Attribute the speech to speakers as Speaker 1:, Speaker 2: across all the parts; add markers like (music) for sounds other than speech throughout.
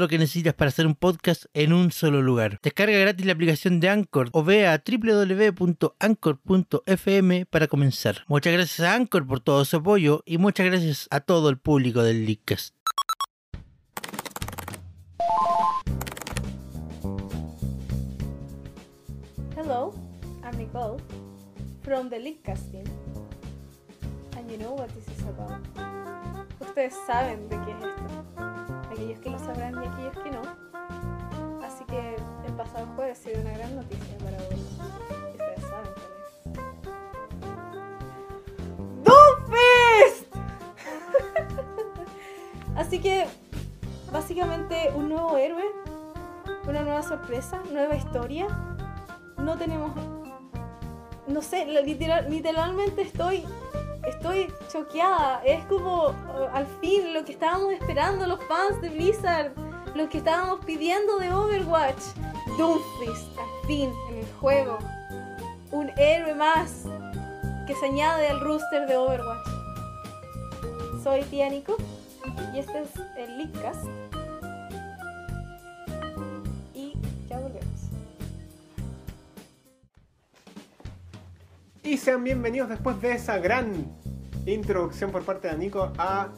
Speaker 1: lo que necesitas para hacer un podcast en un solo lugar. Descarga gratis la aplicación de Anchor o ve a www.anchor.fm para comenzar. Muchas gracias a Anchor por todo su apoyo y muchas gracias a todo el público del Leadcast.
Speaker 2: Hello, I'm Nicole from the League Casting. And you know what this is about. Ustedes saben de qué es esto. Aquellos que lo sabrán y aquellos que no. Así que el pasado jueves se dio una gran noticia para vos. Ustedes saben cuál es. ¡Doomfist! (laughs) Así que, básicamente, un nuevo héroe, una nueva sorpresa, nueva historia no tenemos no sé la- literal- literalmente estoy estoy choqueada es como uh, al fin lo que estábamos esperando los fans de Blizzard lo que estábamos pidiendo de Overwatch Doomfist al fin en el juego un héroe más que se añade al roster de Overwatch soy Tía Nico y este es el Leakcast y ya volvemos
Speaker 3: Y sean bienvenidos después de esa gran introducción por parte de Nico a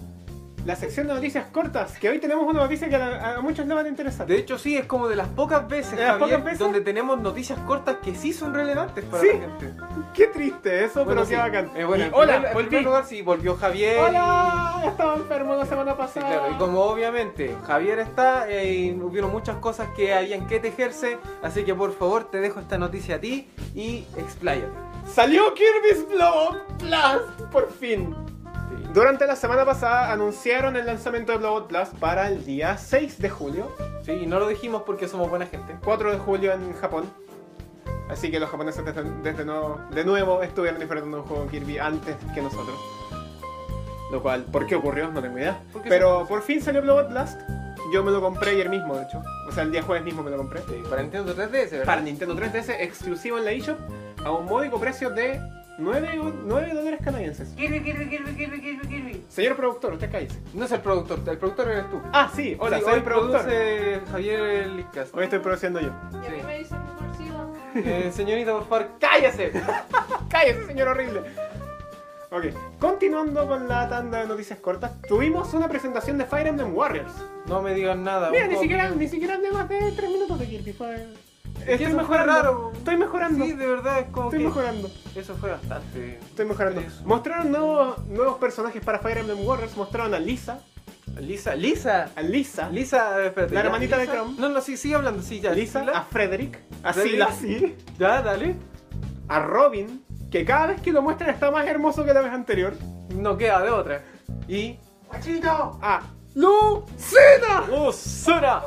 Speaker 3: la sección de noticias cortas, que hoy tenemos una noticia que a, a muchos no van a interesar.
Speaker 4: De hecho, sí, es como de las pocas veces,
Speaker 3: De las
Speaker 4: Javier,
Speaker 3: pocas veces.
Speaker 4: donde tenemos noticias cortas que sí son relevantes para
Speaker 3: Sí.
Speaker 4: la gente.
Speaker 3: Qué triste eso,
Speaker 4: Bueno,
Speaker 3: pero
Speaker 4: sí.
Speaker 3: qué bacán.
Speaker 4: Eh, bueno,
Speaker 3: Y
Speaker 4: en
Speaker 3: hola,
Speaker 4: primer- en
Speaker 3: volví.
Speaker 4: primer lugar, sí, volvió Javier.
Speaker 3: Hola, estaba enfermo la semana
Speaker 4: Y, sí,
Speaker 3: pasada.
Speaker 4: claro, y como obviamente Javier está, eh, hubieron muchas cosas que habían que tejerse, así que por favor te dejo esta noticia a ti y expláyate.
Speaker 3: Salió Kirby's Blow Up Blast, por fin. Durante la semana pasada anunciaron el lanzamiento de Blow Up Blast para el día 6 de julio,
Speaker 4: Sí, y no lo dijimos porque somos buena gente.
Speaker 3: 4 de julio en Japón. Así que los japoneses desde, desde nuevo, de nuevo estuvieron disfrutando de un juego Kirby antes que nosotros. Lo cual, ¿por qué ocurrió? No tengo idea.
Speaker 4: ¿Por qué
Speaker 3: Pero por fin salió Blow Up Blast. Yo me lo compré ayer mismo, de hecho. O sea, el día jueves mismo me lo compré.
Speaker 4: Sí, para Nintendo 3DS, ¿verdad?
Speaker 3: Para Nintendo 3DS exclusivo en la eShop a un módico precio de 9, o- 9 dólares canadienses.
Speaker 4: Kirby, Kirby, Kirby, Kirby, Kirby, Kirby.
Speaker 3: Señor productor, ¿usted qué dice?
Speaker 4: No es el productor, el productor eres tú.
Speaker 3: Ah, sí, hola,
Speaker 4: Sí,
Speaker 3: soy
Speaker 4: hoy
Speaker 3: el productor.
Speaker 4: produce Javier Licas.
Speaker 3: Hoy estoy produciendo yo.
Speaker 2: Y a mí
Speaker 4: Sí.
Speaker 2: me dicen cursiva.
Speaker 4: Eh, señorita, por favor, cállese.
Speaker 3: ¡Cállese, señor horrible! Ok, continuando con la tanda de noticias cortas, tuvimos una presentación de Fire Emblem Warriors.
Speaker 4: No me digan nada.
Speaker 3: Mira,
Speaker 4: un
Speaker 3: ni
Speaker 4: poco.
Speaker 3: siquiera, ni siquiera hablé más de 3 minutos de Kirby. Fue...
Speaker 4: eso fue raro.
Speaker 3: Estoy mejorando.
Speaker 4: Sí, de verdad, es como
Speaker 3: estoy
Speaker 4: que
Speaker 3: mejorando.
Speaker 4: eso fue bastante...
Speaker 3: Estoy mejorando.
Speaker 4: Eso.
Speaker 3: Mostraron nuevos, nuevos personajes para Fire Emblem Warriors. Mostraron a Lisa.
Speaker 4: Lisa, Lisa,
Speaker 3: A Lisa.
Speaker 4: Lisa, eh, espérate.
Speaker 3: La
Speaker 4: ya,
Speaker 3: hermanita de
Speaker 4: Lisa.
Speaker 3: Chrome.
Speaker 4: No, no, sí, sigue hablando, sí, ya.
Speaker 3: Lisa. A
Speaker 4: La-
Speaker 3: Frederick. A
Speaker 4: Frederick.
Speaker 3: Sila. sí.
Speaker 4: Ya, dale.
Speaker 3: A Robin. Que cada vez que lo muestran está más hermoso que la vez anterior.
Speaker 4: No queda de otra. Y... ¡Machito!
Speaker 3: A
Speaker 4: ¡Lucina! ¡Lucina!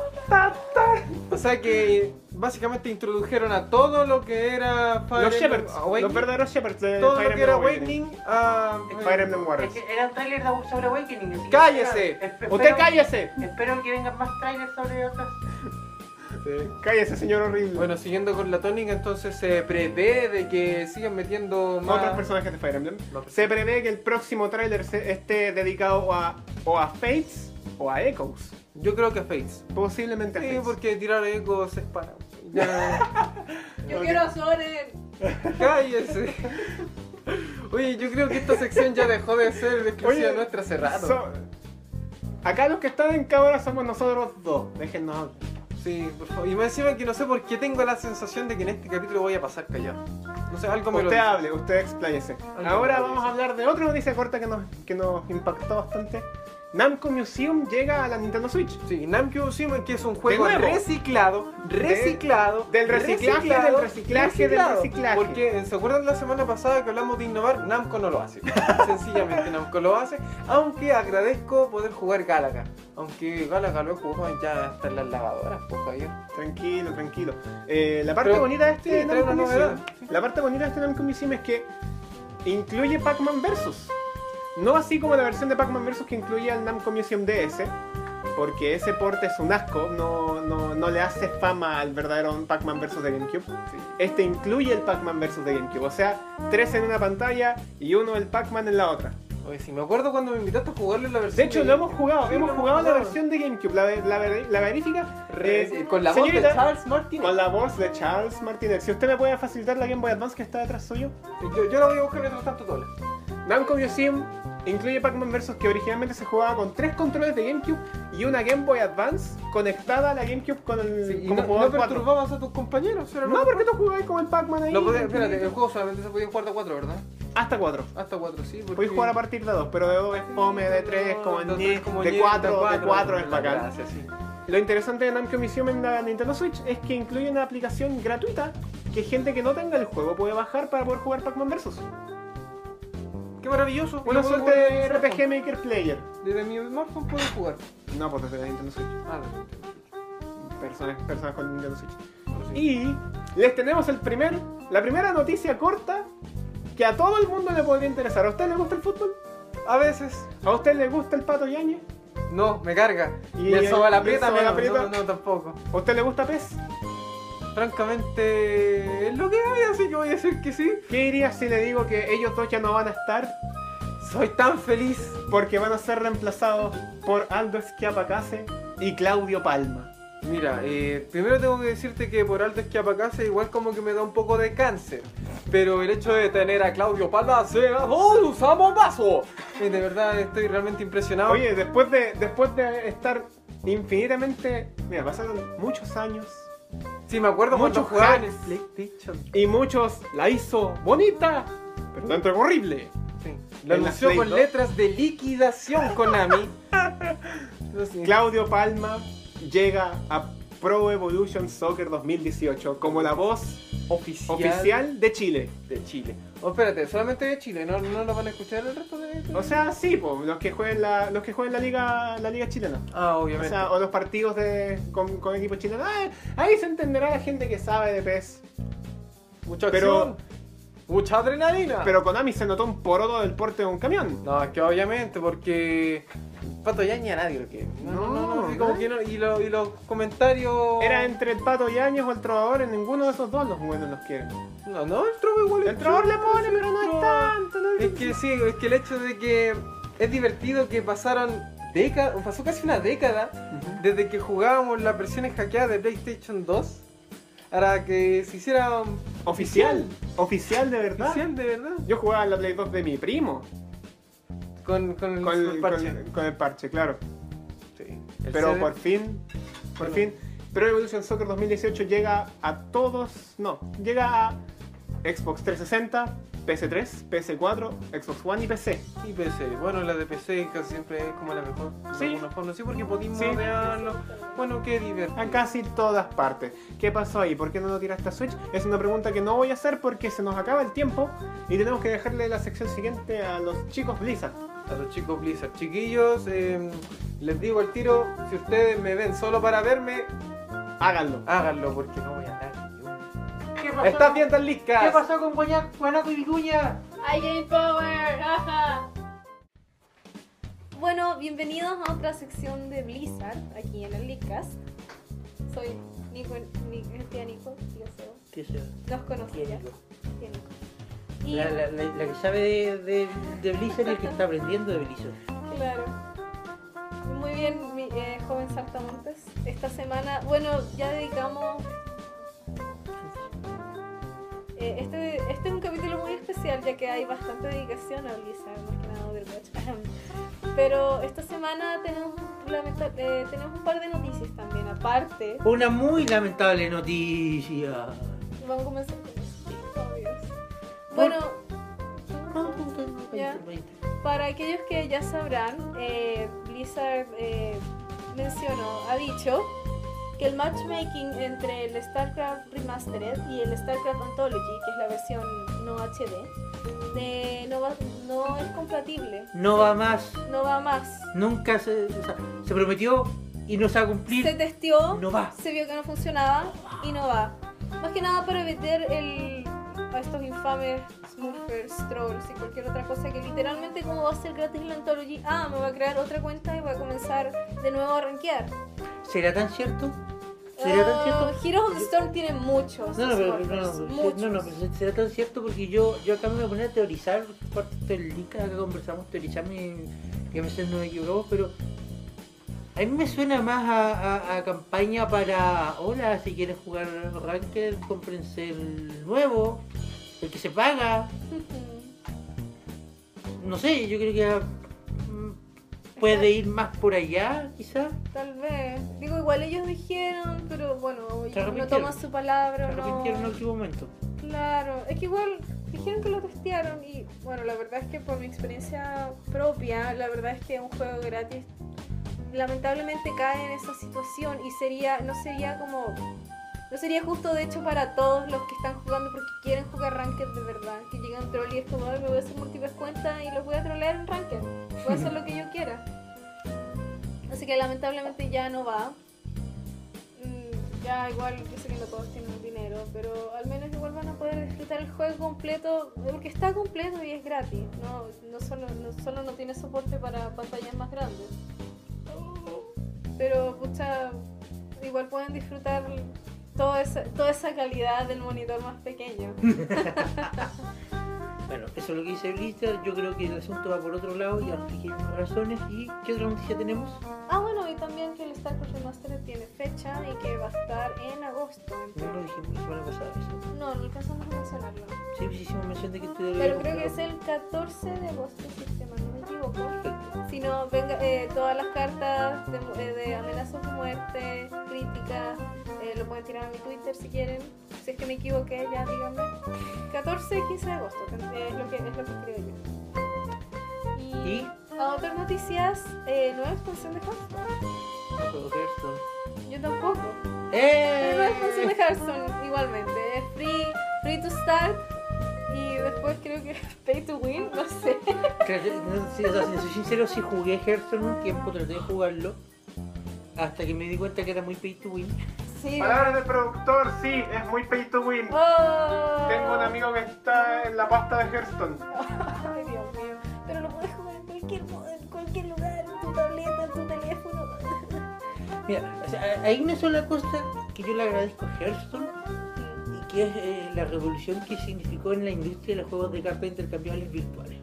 Speaker 4: O sea que básicamente introdujeron a todo lo que era Fire
Speaker 3: los
Speaker 4: Emblem
Speaker 3: Shepherds.
Speaker 4: Awakening,
Speaker 3: Los verdaderos Shepherds de
Speaker 4: oh, Todo
Speaker 3: Fire
Speaker 4: lo que
Speaker 3: Emblem
Speaker 4: era ah, eh, Awakening a...
Speaker 3: Fire Emblem
Speaker 5: Es
Speaker 3: Warriors.
Speaker 5: que era un tráiler de- sobre Awakening. así que-
Speaker 4: ¡Cállese!
Speaker 5: Espe-
Speaker 3: ¡Usted
Speaker 5: espero-
Speaker 3: cállese!
Speaker 5: Espero que vengan más trailers sobre otras.
Speaker 4: Sí.
Speaker 3: Cállese, señor horrible.
Speaker 4: Bueno, siguiendo con la tónica, entonces se prevé de que sigan metiendo más...
Speaker 3: Otros personajes de Fire Emblem.
Speaker 4: Los-
Speaker 3: Se prevé que el próximo tráiler se- esté dedicado a o a Fates o a Echoes.
Speaker 4: Yo creo que Fates.
Speaker 3: Posiblemente a
Speaker 4: Sí,
Speaker 3: Fates.
Speaker 4: porque tirar ecos es para. Ya, (laughs)
Speaker 2: Yo
Speaker 3: Ok.
Speaker 2: quiero a Soren.
Speaker 4: cállese. Oye, yo creo que esta sección ya dejó de ser exclusiva
Speaker 3: Oye,
Speaker 4: nuestra hace rato.
Speaker 3: So- acá los que están en cámara somos nosotros dos. Déjennos hablar.
Speaker 4: Sí, por favor. Y me encima que no sé por qué tengo la sensación de que en este capítulo voy a pasar callado. No sé, algo me lo
Speaker 3: Usted
Speaker 4: dice.
Speaker 3: hable, usted expláyese.
Speaker 4: Algo
Speaker 3: Ahora
Speaker 4: me lo
Speaker 3: vamos a hablar de otra noticia corta que nos, que nos impactó bastante. Namco Museum llega a la Nintendo Switch.
Speaker 4: Sí, Namco Simon, que es un juego
Speaker 3: nuevo.
Speaker 4: reciclado, reciclado,
Speaker 3: del reciclaje, del reciclaje, del reciclaje.
Speaker 4: Porque eh, ¿se acuerdan la semana pasada que hablamos de innovar? Namco no
Speaker 3: (laughs)
Speaker 4: lo hace. Sencillamente Namco lo hace, aunque agradezco poder jugar Galaga. Aunque Galaga lo he jugado ya hasta en las lavadoras, pues Javier.
Speaker 3: Tranquilo, tranquilo. Eh, la parte
Speaker 4: Pero-
Speaker 3: bonita de este
Speaker 4: sí, trae
Speaker 3: Namco
Speaker 4: una
Speaker 3: Museum,
Speaker 4: novedad.
Speaker 3: la parte bonita de este Namco Museum es que incluye Pac-Man Versus. No así como la versión de Pac-Man Versus que incluía el Namco Museum DS, porque ese porte es un asco, no, no, no le hace fama al verdadero Pac-Man Versus de GameCube. Este incluye el Pac-Man Versus de GameCube, o sea, tres en una pantalla y uno el Pac-Man en la otra.
Speaker 4: Oye, si me acuerdo cuando me invitaste a jugarlo en la versión.
Speaker 3: De hecho,
Speaker 4: de-
Speaker 3: lo hemos jugado,
Speaker 4: Sí,
Speaker 3: hemos
Speaker 4: lo hemos
Speaker 3: jugado la
Speaker 4: jugado.
Speaker 3: versión de GameCube, la, ve- la, ver- la verifica
Speaker 4: Re-
Speaker 3: eh,
Speaker 4: con la voz
Speaker 3: señorita,
Speaker 4: de Charles Martin.
Speaker 3: con la voz de Charles Martínez. Si usted me puede facilitar la Game Boy Advance que está detrás suyo.
Speaker 4: Yo, yo la voy a buscar mientras tanto doble.
Speaker 3: Namco Museum incluye Pac-Man Versus que originalmente se jugaba con tres controles de GameCube y una Game Boy Advance conectada a la GameCube con el
Speaker 4: Sí, y
Speaker 3: como
Speaker 4: no, no
Speaker 3: jugador cuatro.
Speaker 4: perturbabas a tus compañeros, era
Speaker 3: No, porque tú jugabas con el Pac-Man ahí.
Speaker 4: No podía- espérate, eh. el juego solamente se podía jugar de 4, ¿verdad?
Speaker 3: Hasta cuatro.
Speaker 4: Hasta 4, sí. Porque...
Speaker 3: Podéis jugar a partir de dos, pero de dos es fome, de tres es como,
Speaker 4: No,
Speaker 3: en
Speaker 4: tres
Speaker 3: diez,
Speaker 4: como
Speaker 3: de
Speaker 4: diez,
Speaker 3: cuatro, de
Speaker 4: cuatro,
Speaker 3: cuatro es
Speaker 4: la
Speaker 3: bacán.
Speaker 4: gracia, sí.
Speaker 3: Lo interesante de Namco Museum en la Nintendo Switch es que incluye una aplicación gratuita que gente que no tenga el juego puede bajar para poder jugar Pac-Man Versus.
Speaker 4: Qué maravilloso.
Speaker 3: Una
Speaker 4: Yo
Speaker 3: suerte
Speaker 4: puedo jugar
Speaker 3: de
Speaker 4: desde mi
Speaker 3: RPG Maker Player.
Speaker 4: smartphone. Desde mi smartphone puedo jugar.
Speaker 3: No, pues desde la Nintendo Switch.
Speaker 4: Ah, de-
Speaker 3: Personas, personas con Nintendo Switch.
Speaker 4: sí.
Speaker 3: Y les tenemos el primer, la primera noticia corta que a todo el mundo le podría interesar. ¿A usted le gusta el fútbol?
Speaker 4: a veces.
Speaker 3: ¿A usted le gusta el pato Yañez?
Speaker 4: No, me carga.
Speaker 3: Y-
Speaker 4: Y el soba la aprieta,
Speaker 3: y el soba la
Speaker 4: menos.
Speaker 3: aprieta.
Speaker 4: No, no, tampoco.
Speaker 3: ¿A usted le gusta pez?
Speaker 4: Francamente, es lo que hay, así que voy a decir que sí.
Speaker 3: ¿Qué diría si le digo que ellos dos ya no van a estar
Speaker 4: Soy tan feliz.
Speaker 3: porque van a ser reemplazados por Aldo Esquiapacase y Claudio Palma?
Speaker 4: Mira, eh, primero tengo que decirte que por alto esquiapacase igual como que me da un poco de cáncer. Pero el hecho de tener a Claudio Palma se va a bombazo. Eh, De verdad estoy realmente impresionado.
Speaker 3: Oye, después de, después de estar infinitamente... Mira, pasaron muchos años
Speaker 4: sí, me acuerdo cuando
Speaker 3: mucho
Speaker 4: jugaba en
Speaker 3: hack.
Speaker 4: el PlayStation.
Speaker 3: y muchos la hizo bonita, pero dentro es horrible.
Speaker 4: Sí. Lo
Speaker 3: En la
Speaker 4: anunció
Speaker 3: Play
Speaker 4: con
Speaker 3: dos.
Speaker 4: letras de liquidación Konami. Entonces,
Speaker 3: Claudio Palma llega a Pro Evolution Soccer 2018 como la voz
Speaker 4: oficial,
Speaker 3: oficial de Chile.
Speaker 4: de Chile. Oh, espérate, solamente de Chile, ¿no, no lo van a escuchar el resto de.?
Speaker 3: O sea, sí, po, los que jueguen la, los que jueguen la liga, la liga chilena.
Speaker 4: ah,
Speaker 3: O
Speaker 4: obviamente.
Speaker 3: sea, o los partidos de, con, con equipos chilenos. Ah, ahí se entenderá la gente que sabe de PES.
Speaker 4: mucha
Speaker 3: pero-
Speaker 4: acción, mucha adrenalina.
Speaker 3: Pero Konami se notó un poroto del porte de un camión.
Speaker 4: No, es que obviamente, porque. Pato ya ni a nadie lo que. No, no, no,
Speaker 3: No,
Speaker 4: sí, como
Speaker 3: ¿eh?
Speaker 4: que no. Y, lo- y los comentarios.
Speaker 3: Era entre el Pato Yañez o el Trovador, en ninguno de esos dos los buenos los quieren.
Speaker 4: No, no, el trobo igual. es
Speaker 3: El Trovador le
Speaker 4: chulo,
Speaker 3: pone,
Speaker 4: sí,
Speaker 3: pero no es
Speaker 4: Trobo.
Speaker 3: tanto. no es-
Speaker 4: Es que sí, es que el hecho de que es divertido que pasaron décadas, pasó casi una década
Speaker 3: Ujú.
Speaker 4: desde que jugábamos las versiones hackeadas de PlayStation 2 para que se hiciera
Speaker 3: Oficial, oficial de verdad.
Speaker 4: oficial de verdad.
Speaker 3: Yo jugaba en la Play 2 de mi primo.
Speaker 4: Con, con el
Speaker 3: Con el,
Speaker 4: Super parche.
Speaker 3: con- con el parche, claro.
Speaker 4: Sí.
Speaker 3: Pero
Speaker 4: El
Speaker 3: por fin, por
Speaker 4: Perdón.
Speaker 3: fin, Pro Evolution Soccer 2018 llega a todos, no, llega a Xbox 360, PS3, PS4, Xbox One y PC.
Speaker 4: Y PC, bueno, la de PC casi siempre es como la mejor.
Speaker 3: Sí.
Speaker 4: De alguna forma, sí, porque podemos
Speaker 3: Sí.
Speaker 4: modearlo. Bueno, qué divertido.
Speaker 3: A casi todas partes. ¿Qué pasó ahí? ¿Por qué no lo tiraste a Switch? Es una pregunta que no voy a hacer porque se nos acaba el tiempo y tenemos que dejarle la sección siguiente a los chicos Blizzard.
Speaker 4: A los chicos Blizzard. Chiquillos, eh, les digo al tiro, si ustedes me ven solo para verme,
Speaker 3: Háganlo.
Speaker 4: háganlo porque no voy a andar.
Speaker 5: ¿Qué pasó?
Speaker 4: ¡Estás bien,
Speaker 5: ¿Qué
Speaker 4: Tarlisca!
Speaker 5: pasó con Guaya- Guanaco y Vicuña?
Speaker 2: ¡Ay, Game Power! ¡Ajá! Bueno, bienvenidos a otra sección de Blizzard aquí en el Leadcast. Soy Nico, Ni- tía Nico, tío Seba.
Speaker 6: ¿Qué se va?
Speaker 2: Nos conocí ya, tía Nico. Y,
Speaker 6: La, la- la- la que sabe de, de, de Blizzard y el que está aprendiendo de Blizzard.
Speaker 2: claro. Muy bien, mi eh, joven Saltamontes. Esta semana, bueno, ya dedicamos. eh, este, este es un capítulo muy especial ya que hay bastante dedicación a Blizzard, más que nada a Overwatch. (laughs) Pero esta semana tenemos, lamenta- eh, tenemos un par de noticias también, aparte.
Speaker 6: Una muy lamentable noticia.
Speaker 2: Vamos a comenzar con los obvios. Bueno, ya. para aquellos que ya sabrán, eh, Blizz- Blizzard eh, mencionó, ha dicho que el matchmaking entre el StarCraft Remastered y el StarCraft Anthology, que es la versión no HD, de- no, va- no es compatible,
Speaker 6: No va más.
Speaker 2: no va más.
Speaker 6: Nunca se, o sea, se prometió y no se va
Speaker 2: Se
Speaker 6: a cumplir.
Speaker 2: testeó,
Speaker 6: No va.
Speaker 2: se vio que no funcionaba y no va. Más que nada para evitar el, a estos infames smurfers, trolls y cualquier otra cosa que literalmente como va a ser gratis la Anthology, ah, me voy a crear otra cuenta y voy a comenzar de nuevo a rankear.
Speaker 6: ¿Será tan cierto? ¿Será tan
Speaker 2: Ah,
Speaker 6: cierto?
Speaker 2: Heroes of the Storm tiene muchos.
Speaker 6: No, no, pero, no,
Speaker 2: smurfers,
Speaker 6: no, pero-
Speaker 2: muchos.
Speaker 6: no, pues, no, pero será tan cierto porque yo, yo acá me voy a poner a teorizar, parte del link acá que conversamos, teorizarme, que a veces nos equivocamos, pero a mí me suena más a, a- a campaña para, hola, si quieres jugar Ranked, cómprense el nuevo, el que se paga,
Speaker 2: Ujú.
Speaker 6: no sé, yo creo que mm, puede ir más por allá, quizás.
Speaker 2: Tal vez. Digo, igual ellos dijeron, pero bueno, ellos no
Speaker 6: arrepintieron.
Speaker 2: toman su palabra,
Speaker 6: Se arrepintieron en
Speaker 2: no.
Speaker 6: el último momento.
Speaker 2: Claro, es que igual dijeron que lo testearon y bueno, la verdad es que por mi experiencia propia, la verdad es que un juego gratis lamentablemente cae en esa situación y sería, no sería como, no sería justo de hecho para todos los que están jugando porque quieren jugar Ranked de verdad, que llega un troll y es como, "Ay, me voy a hacer múltiples cuentas y los voy a trolear en Ranked, voy a hacer lo que yo quiera. Así que lamentablemente ya no va, Mm, Ya, igual, yo sé que no todos tienen dinero, pero al menos igual van a poder disfrutar el juego completo, porque está completo y es gratis. No, no, solo, no solo no tiene soporte para pantallas más grandes. Pero, pucha, igual pueden disfrutar toda esa, toda esa calidad del monitor más pequeño.
Speaker 6: Bueno, eso es lo que dice Blister. Yo creo que el asunto va por otro lado y expliqué mis razones. ¿Y qué otra noticia tenemos?
Speaker 2: Ah, bueno, y también que el StarCraft Remastered tiene fecha y que va a estar en agosto.
Speaker 6: No lo dijimos la semana pasada. Eso.
Speaker 2: No, no alcanzamos a mencionarlo.
Speaker 6: Sí, pues hicimos mención de que estoy
Speaker 2: Pero creo que es el 14 de agosto, si es que mal no me equivoco. Si no, venga, eh, todas las cartas de, mu- eh, de amenazas de muerte, críticas, eh, lo pueden tirar a mi Twitter si quieren. Si es que me equivoqué, ya díganme. 14 y 15 de agosto eh, es lo que, es lo que creo yo. Y,
Speaker 6: Y
Speaker 2: a otras noticias, eh, nueva expansión de Hearthstone.
Speaker 6: Juego Hearthstone.
Speaker 2: Yo tampoco.
Speaker 6: ¡Eh!
Speaker 2: Pero nueva expansión de Hearthstone, igualmente. Es free, free to start. Y después creo que (laughs) pay to win, no sé.
Speaker 6: Claro, no, sí, o sea, si soy sincero, sí jugué Hearthstone un tiempo, traté de jugarlo. Hasta que me di cuenta que era muy pay to win.
Speaker 2: Sí.
Speaker 3: Palabras del productor, sí, es muy pay to win.
Speaker 2: Oh.
Speaker 3: Tengo un amigo que está en la pasta de Hearthstone.
Speaker 2: Ay, Dios mío. Pero lo puedes jugar en cualquier, mo- en cualquier lugar, en tu tableta, en tu teléfono.
Speaker 6: Mira, o sea, hay una sola cosa que yo le agradezco a Hearthstone y que es eh, la revolución que significó en la industria de los juegos de cartas intercambiables virtuales.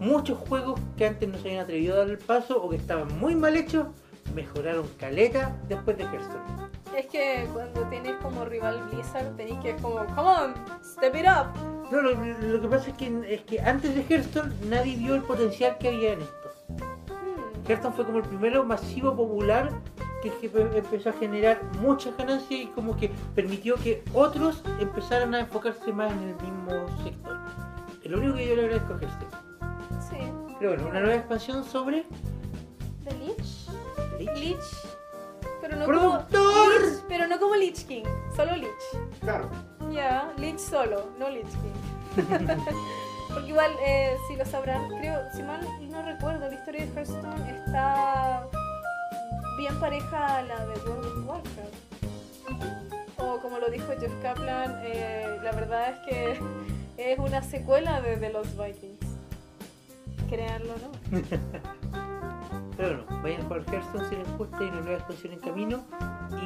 Speaker 6: Muchos juegos que antes no se habían atrevido a dar el paso o que estaban muy mal hechos, mejoraron caleta después de Hearthstone.
Speaker 2: Es que cuando tienes como rival Blizzard, tenés que como, come on, step it up.
Speaker 6: No, lo, lo que pasa es que, es que antes de Hearthstone nadie vio el potencial que había en esto.
Speaker 2: Hmm.
Speaker 6: Hearthstone fue como el primero masivo popular que je- empezó a generar muchas ganancias y como que permitió que otros empezaran a enfocarse más en el mismo sector. Es lo único que yo le agradezco a Hearthstone.
Speaker 2: Sí.
Speaker 6: Pero bueno, una nueva expansión sobre...
Speaker 2: ¿De Lich?
Speaker 6: Lich.
Speaker 2: Lich. Pero no
Speaker 6: ¡Productor!
Speaker 2: como. Lich, pero no como Lich King, solo Lich.
Speaker 3: Claro.
Speaker 2: Ya, Lich solo, no Lich King. Porque igual, eh, si lo sabrán, creo, si mal no recuerdo, la historia de Hearthstone está bien pareja a la de World of Warcraft. O como lo dijo Jeff Kaplan, eh, la verdad es que (laughs) es una secuela de The Lost Vikings. Crearlo, ¿no?
Speaker 6: Pero bueno, vayan a jugar Hearthstone si les gusta y una nueva expansión en camino.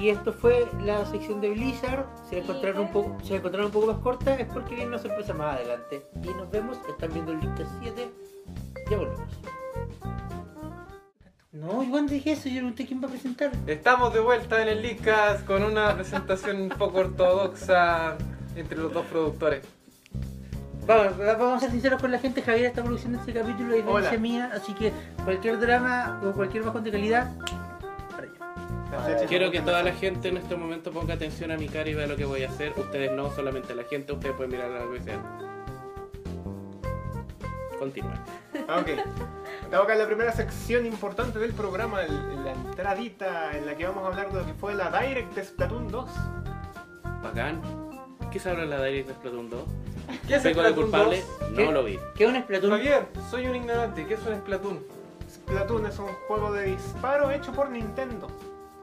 Speaker 6: Y esto fue la sección de Blizzard. Si la encontraron un poco, si la encontraron un poco más corta es porque viene una sorpresa más adelante. Y nos vemos, están viendo el link 7. Ya volvemos. No, yo antes dije eso, yo pregunté quién va a presentar.
Speaker 4: Estamos de vuelta en el Licas con una presentación un poco ortodoxa entre los dos productores.
Speaker 6: Vamos, vamos a ser sinceros con la gente, Javier está produciendo este capítulo de diferencia
Speaker 4: Hola.
Speaker 6: mía, así que cualquier drama o cualquier bajón de calidad, para allá.
Speaker 7: Ah, Quiero que toda la gente en este momento ponga atención a mi cara y vea lo que voy a hacer. Ustedes no, solamente la gente, ustedes pueden mirar a lo que sea. Continúa.
Speaker 3: Ah, Ok. Estamos acá en la primera sección importante del programa, el- en la entradita en la que vamos a hablar de lo que fue la Direct de Splatoon 2.
Speaker 7: Bacán. ¿Qué sabrá la Direct de Splatoon 2?
Speaker 4: ¿Qué es
Speaker 7: ¿Tengo de
Speaker 4: Splatoon
Speaker 7: culpable?
Speaker 4: 2?
Speaker 7: No lo vi.
Speaker 6: ¿Qué es un Splatoon?
Speaker 4: Javier, soy un ignorante. ¿Qué es un Splatoon?
Speaker 3: Splatoon es un juego de disparo hecho por Nintendo.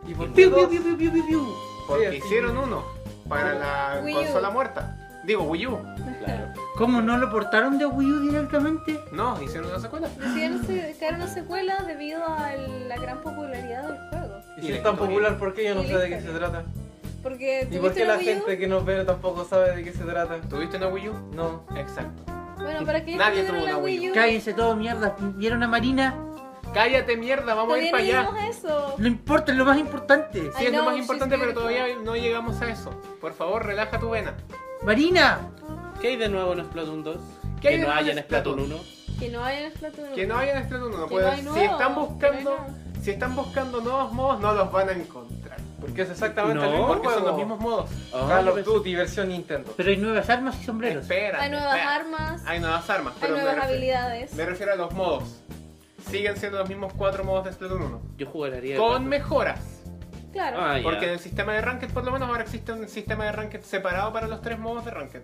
Speaker 4: ¿Y por qué
Speaker 6: Piu,
Speaker 4: dos?
Speaker 6: piu, piu, piu, piu, piu, piu.
Speaker 3: Porque
Speaker 4: Sí, sí.
Speaker 3: hicieron uno para la
Speaker 2: Ah, Wii U.
Speaker 3: consola muerta. Digo, Wii U.
Speaker 7: Claro.
Speaker 6: ¿Cómo no lo portaron de Wii U directamente?
Speaker 3: No, hicieron una secuela.
Speaker 2: Decidieron se- crear una secuela debido a la gran popularidad del juego.
Speaker 4: ¿Y si es tan popular, ¿por qué yo no
Speaker 2: Y
Speaker 4: sé de
Speaker 2: listo.
Speaker 4: qué se trata?
Speaker 2: Porque
Speaker 4: ¿Y por
Speaker 2: tuviste
Speaker 4: qué
Speaker 2: la
Speaker 4: la
Speaker 2: Wii U.
Speaker 4: gente que nos ve tampoco sabe de qué se trata?
Speaker 3: ¿Tuviste una Wii U?
Speaker 4: No.
Speaker 3: Exacto.
Speaker 2: Bueno, para que
Speaker 3: Nadie
Speaker 2: tuvieron
Speaker 3: tuvo
Speaker 2: la
Speaker 3: una Wii
Speaker 2: Wii U.
Speaker 6: Cállense todos, mierda. ¿Vieron a Marina?
Speaker 3: Cállate mierda, vamos a ir
Speaker 2: Todavía
Speaker 3: para
Speaker 2: no
Speaker 3: allá.
Speaker 2: llegamos a eso.
Speaker 6: No importa, es lo más importante.
Speaker 2: I
Speaker 3: Sí, es lo
Speaker 2: know,
Speaker 3: más
Speaker 2: she's
Speaker 3: importante, pero
Speaker 2: beautiful.
Speaker 3: todavía no llegamos a eso. Por favor, relaja tu vena.
Speaker 6: ¡Marina!
Speaker 7: ¿Qué hay de nuevo en Splatoon 2?
Speaker 3: ¿Qué hay de
Speaker 7: que no
Speaker 3: nuevo
Speaker 7: haya
Speaker 3: en
Speaker 7: en Splatoon 1.
Speaker 2: Que no hay en Splatoon.
Speaker 3: Que no hayan Splatoon 1.
Speaker 2: Que
Speaker 3: puede-
Speaker 2: no hay
Speaker 3: si
Speaker 2: nuevo,
Speaker 3: están
Speaker 2: que no
Speaker 3: buscando,
Speaker 2: hay nada.
Speaker 3: si están buscando nuevos modos, no los van a encontrar.
Speaker 4: Porque es exactamente
Speaker 7: No,
Speaker 4: el mismo
Speaker 3: Porque
Speaker 4: juego. Ah,
Speaker 3: son los mismos modos.
Speaker 7: Oh,
Speaker 4: Call
Speaker 7: yo
Speaker 4: of
Speaker 7: pensé-
Speaker 4: Duty versión Nintendo.
Speaker 6: Pero hay nuevas armas y sombreros.
Speaker 3: Espera.
Speaker 2: Hay nuevas armas, hay
Speaker 3: Hay nuevas armas, pero me
Speaker 2: nuevas
Speaker 3: refiero-
Speaker 2: habilidades.
Speaker 3: Me refiero a los modos. Siguen siendo los mismos cuatro modos de Splatoon 1.
Speaker 7: Yo jugaría.
Speaker 3: Con mejoras.
Speaker 2: Claro.
Speaker 7: Ah, ya.
Speaker 3: Porque en el sistema de Ranked, por lo menos, ahora existe un sistema de Ranked separado para los tres modos de Ranked.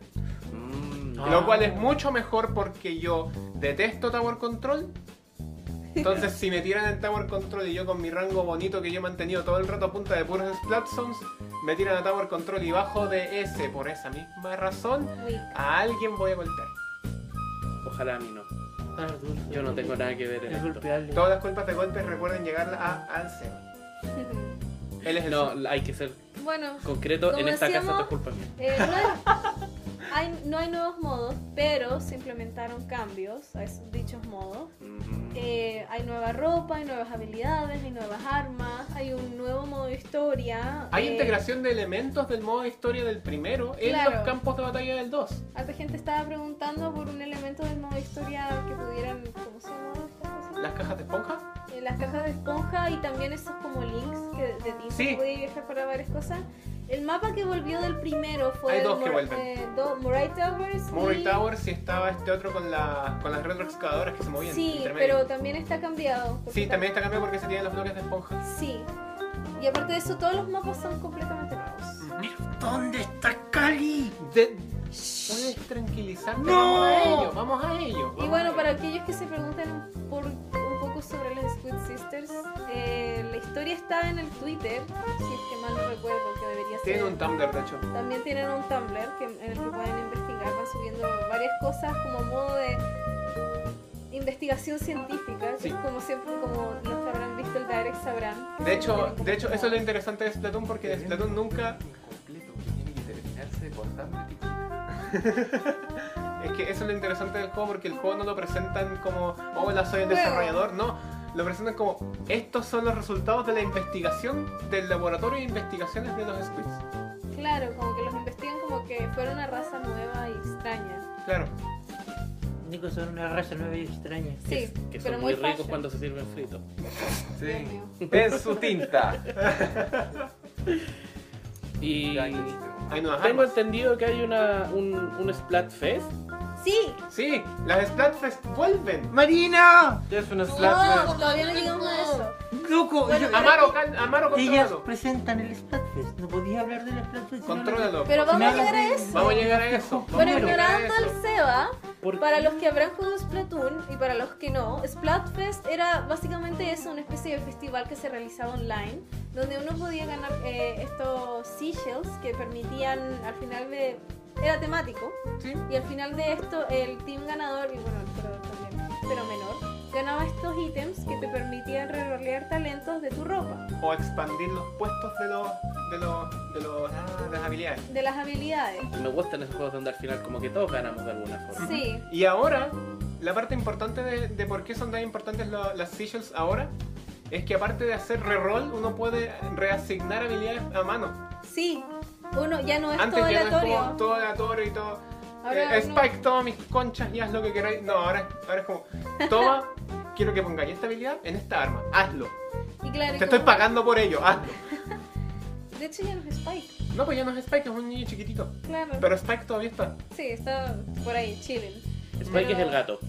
Speaker 7: Mm,
Speaker 6: Ah.
Speaker 3: Lo cual es mucho mejor porque yo detesto Tower Control. Entonces, si me tiran en Tower Control y yo con mi rango bonito que yo he mantenido todo el rato a punta de puros Splatzones, me tiran a Tower Control y bajo de S por esa misma razón,
Speaker 2: Uy, (laughs)
Speaker 3: a alguien voy a golpear.
Speaker 7: Ojalá a mí no.
Speaker 6: Ah, dulce.
Speaker 7: Yo no tengo nada que ver en
Speaker 6: Es
Speaker 7: esto.
Speaker 6: golpeable.
Speaker 3: Todas las culpas de golpes recuerden llegar a Ansem. Él es el
Speaker 7: No, hay que ser
Speaker 2: Bueno,
Speaker 7: concreto. En
Speaker 2: Como
Speaker 7: esta casa
Speaker 2: decíamos-
Speaker 7: te culpa mía.
Speaker 2: eh, no, hay- hay- no hay nuevos modos, pero se implementaron cambios a esos dichos modos.
Speaker 7: Mm.
Speaker 2: Eh, hay nueva ropa, hay nuevas habilidades, hay nuevas armas, hay un nuevo modo de historia.
Speaker 3: Hay
Speaker 2: eh,
Speaker 3: integración de elementos del modo de historia del primero en
Speaker 2: Claro.
Speaker 3: los campos de batalla del 2.
Speaker 2: Harta gente estaba preguntando por un elemento del modo de historia que pudieran. ¿Cómo se llama esta cosa?
Speaker 3: ¿Las cajas de esponja?
Speaker 2: Eh, las cajas de esponja y también esos como links que de ti
Speaker 3: Sí.
Speaker 2: se podía viajar para varias cosas. El mapa que volvió del primero fue
Speaker 3: Hay
Speaker 2: el
Speaker 3: dos que vuelven.
Speaker 2: eh, do- Moray Towers.
Speaker 3: Murray
Speaker 2: y-
Speaker 3: Towers y estaba este otro con, la, con las retroexcavadoras que se movían.
Speaker 2: Sí,
Speaker 3: entre medio.
Speaker 2: pero también está cambiado. porque
Speaker 3: Sí, también está cambiado porque se tienen los bloques de esponja.
Speaker 2: Sí. Y aparte de eso, todos los mapas son completamente nuevos.
Speaker 6: ¿Dónde está Cali?
Speaker 3: Puedes tranquilizarte.
Speaker 6: ¡No!
Speaker 3: Vamos a ello, vamos a ello.
Speaker 2: Y
Speaker 3: vamos a
Speaker 2: bueno,
Speaker 3: ello.
Speaker 2: para aquellos que se preguntan por un poco sobre las Squid Sisters, eh, la historia está en el Twitter, si es que mal no recuerdo, que debería ser.
Speaker 3: Tiene un Tumblr, de hecho.
Speaker 2: También tienen un Tumblr que, en el que pueden investigar, van subiendo varias cosas como modo de investigación científica, que
Speaker 3: Sí.
Speaker 2: es como siempre, como los que habrán visto el Direct sabrán.
Speaker 3: De hecho, de hecho, eso es lo interesante de Splatoon porque de Splatoon nunca...
Speaker 4: Incompleto, que tiene que terminarse por
Speaker 3: Es que eso es lo interesante del juego porque el juego no lo presentan como, hola, soy el
Speaker 2: Juego.
Speaker 3: desarrollador, no. Lo presentan como, estos son los resultados de la investigación del laboratorio de investigaciones de los Squids.
Speaker 2: Claro, como que los investigan como que fuera una raza nueva y extraña.
Speaker 3: Claro.
Speaker 6: Nico, son una raza nueva y extraña.
Speaker 2: Sí,
Speaker 7: Que
Speaker 2: pero
Speaker 7: son muy ricos
Speaker 2: fashion.
Speaker 7: cuando se sirven fritos.
Speaker 2: Dios mío.
Speaker 4: En su tinta.
Speaker 7: Y
Speaker 3: Hay nuevas
Speaker 7: tengo
Speaker 3: armas.
Speaker 7: entendido que hay una, un, un Splatfest.
Speaker 2: Sí,
Speaker 3: Sí, las Splatfest vuelven.
Speaker 6: ¡Marina!
Speaker 4: Ya es un
Speaker 2: no,
Speaker 4: slap.
Speaker 2: todavía no llegamos a eso.
Speaker 6: ¡Loco!
Speaker 2: Bueno,
Speaker 6: yo-
Speaker 3: Amaro, cal- Amaro,
Speaker 6: Ellas
Speaker 3: contrólalo.
Speaker 6: presentan el Splatfest. No podía hablar del Splatfest. si no
Speaker 3: Contrólalo.
Speaker 2: Pero vamos a
Speaker 6: Nada
Speaker 2: llegar a
Speaker 6: de-
Speaker 2: eso.
Speaker 3: Vamos a llegar a eso. vamos
Speaker 2: Bueno,
Speaker 3: a llegar a
Speaker 2: ignorando al
Speaker 3: eso.
Speaker 2: Seba,
Speaker 7: ¿Por
Speaker 2: para
Speaker 7: qué?
Speaker 2: los que habrán jugado Splatoon y para los que no, Splatfest era básicamente eso, una especie de festival que se realizaba online, donde uno podía ganar eh, estos seashells que permitían al final de... Era temático.
Speaker 3: Sí.
Speaker 2: Y al final de esto, el team ganador, y bueno, el perdedor también, pero menor, ganaba estos ítems que te permitían rerolear talentos de tu ropa,
Speaker 3: O expandir los puestos de los. de los. de los. ah, de las habilidades.
Speaker 2: de las habilidades.
Speaker 7: Me gustan esos juegos donde al final como que todos ganamos de alguna forma.
Speaker 2: Sí.
Speaker 3: Y ahora, la parte importante de, de por qué son tan importantes lo- las seashells ahora es que aparte de hacer reroll, uno puede reasignar habilidades a mano.
Speaker 2: Sí, uno ya no es
Speaker 3: Antes
Speaker 2: todo
Speaker 3: ya no es como
Speaker 2: aleatorio.
Speaker 3: todo aleatorio y todo.
Speaker 2: Ahora
Speaker 3: eh,
Speaker 2: uno-
Speaker 3: Spike, toma mis conchas y haz lo que queráis. No, ahora, ahora es como, toma, (laughs) quiero que pongáis esta habilidad en esta arma. Hazlo.
Speaker 2: y claro, y
Speaker 3: Te estoy
Speaker 2: como-
Speaker 3: pagando por ello, hazlo.
Speaker 2: De hecho ya no es Spike,
Speaker 3: No, pues ya no es Spike, es un niño chiquitito.
Speaker 2: claro.
Speaker 3: Pero Spike todavía está.
Speaker 2: Sí, está por ahí, chilling.
Speaker 7: Spike
Speaker 2: Pero-
Speaker 7: es el gato.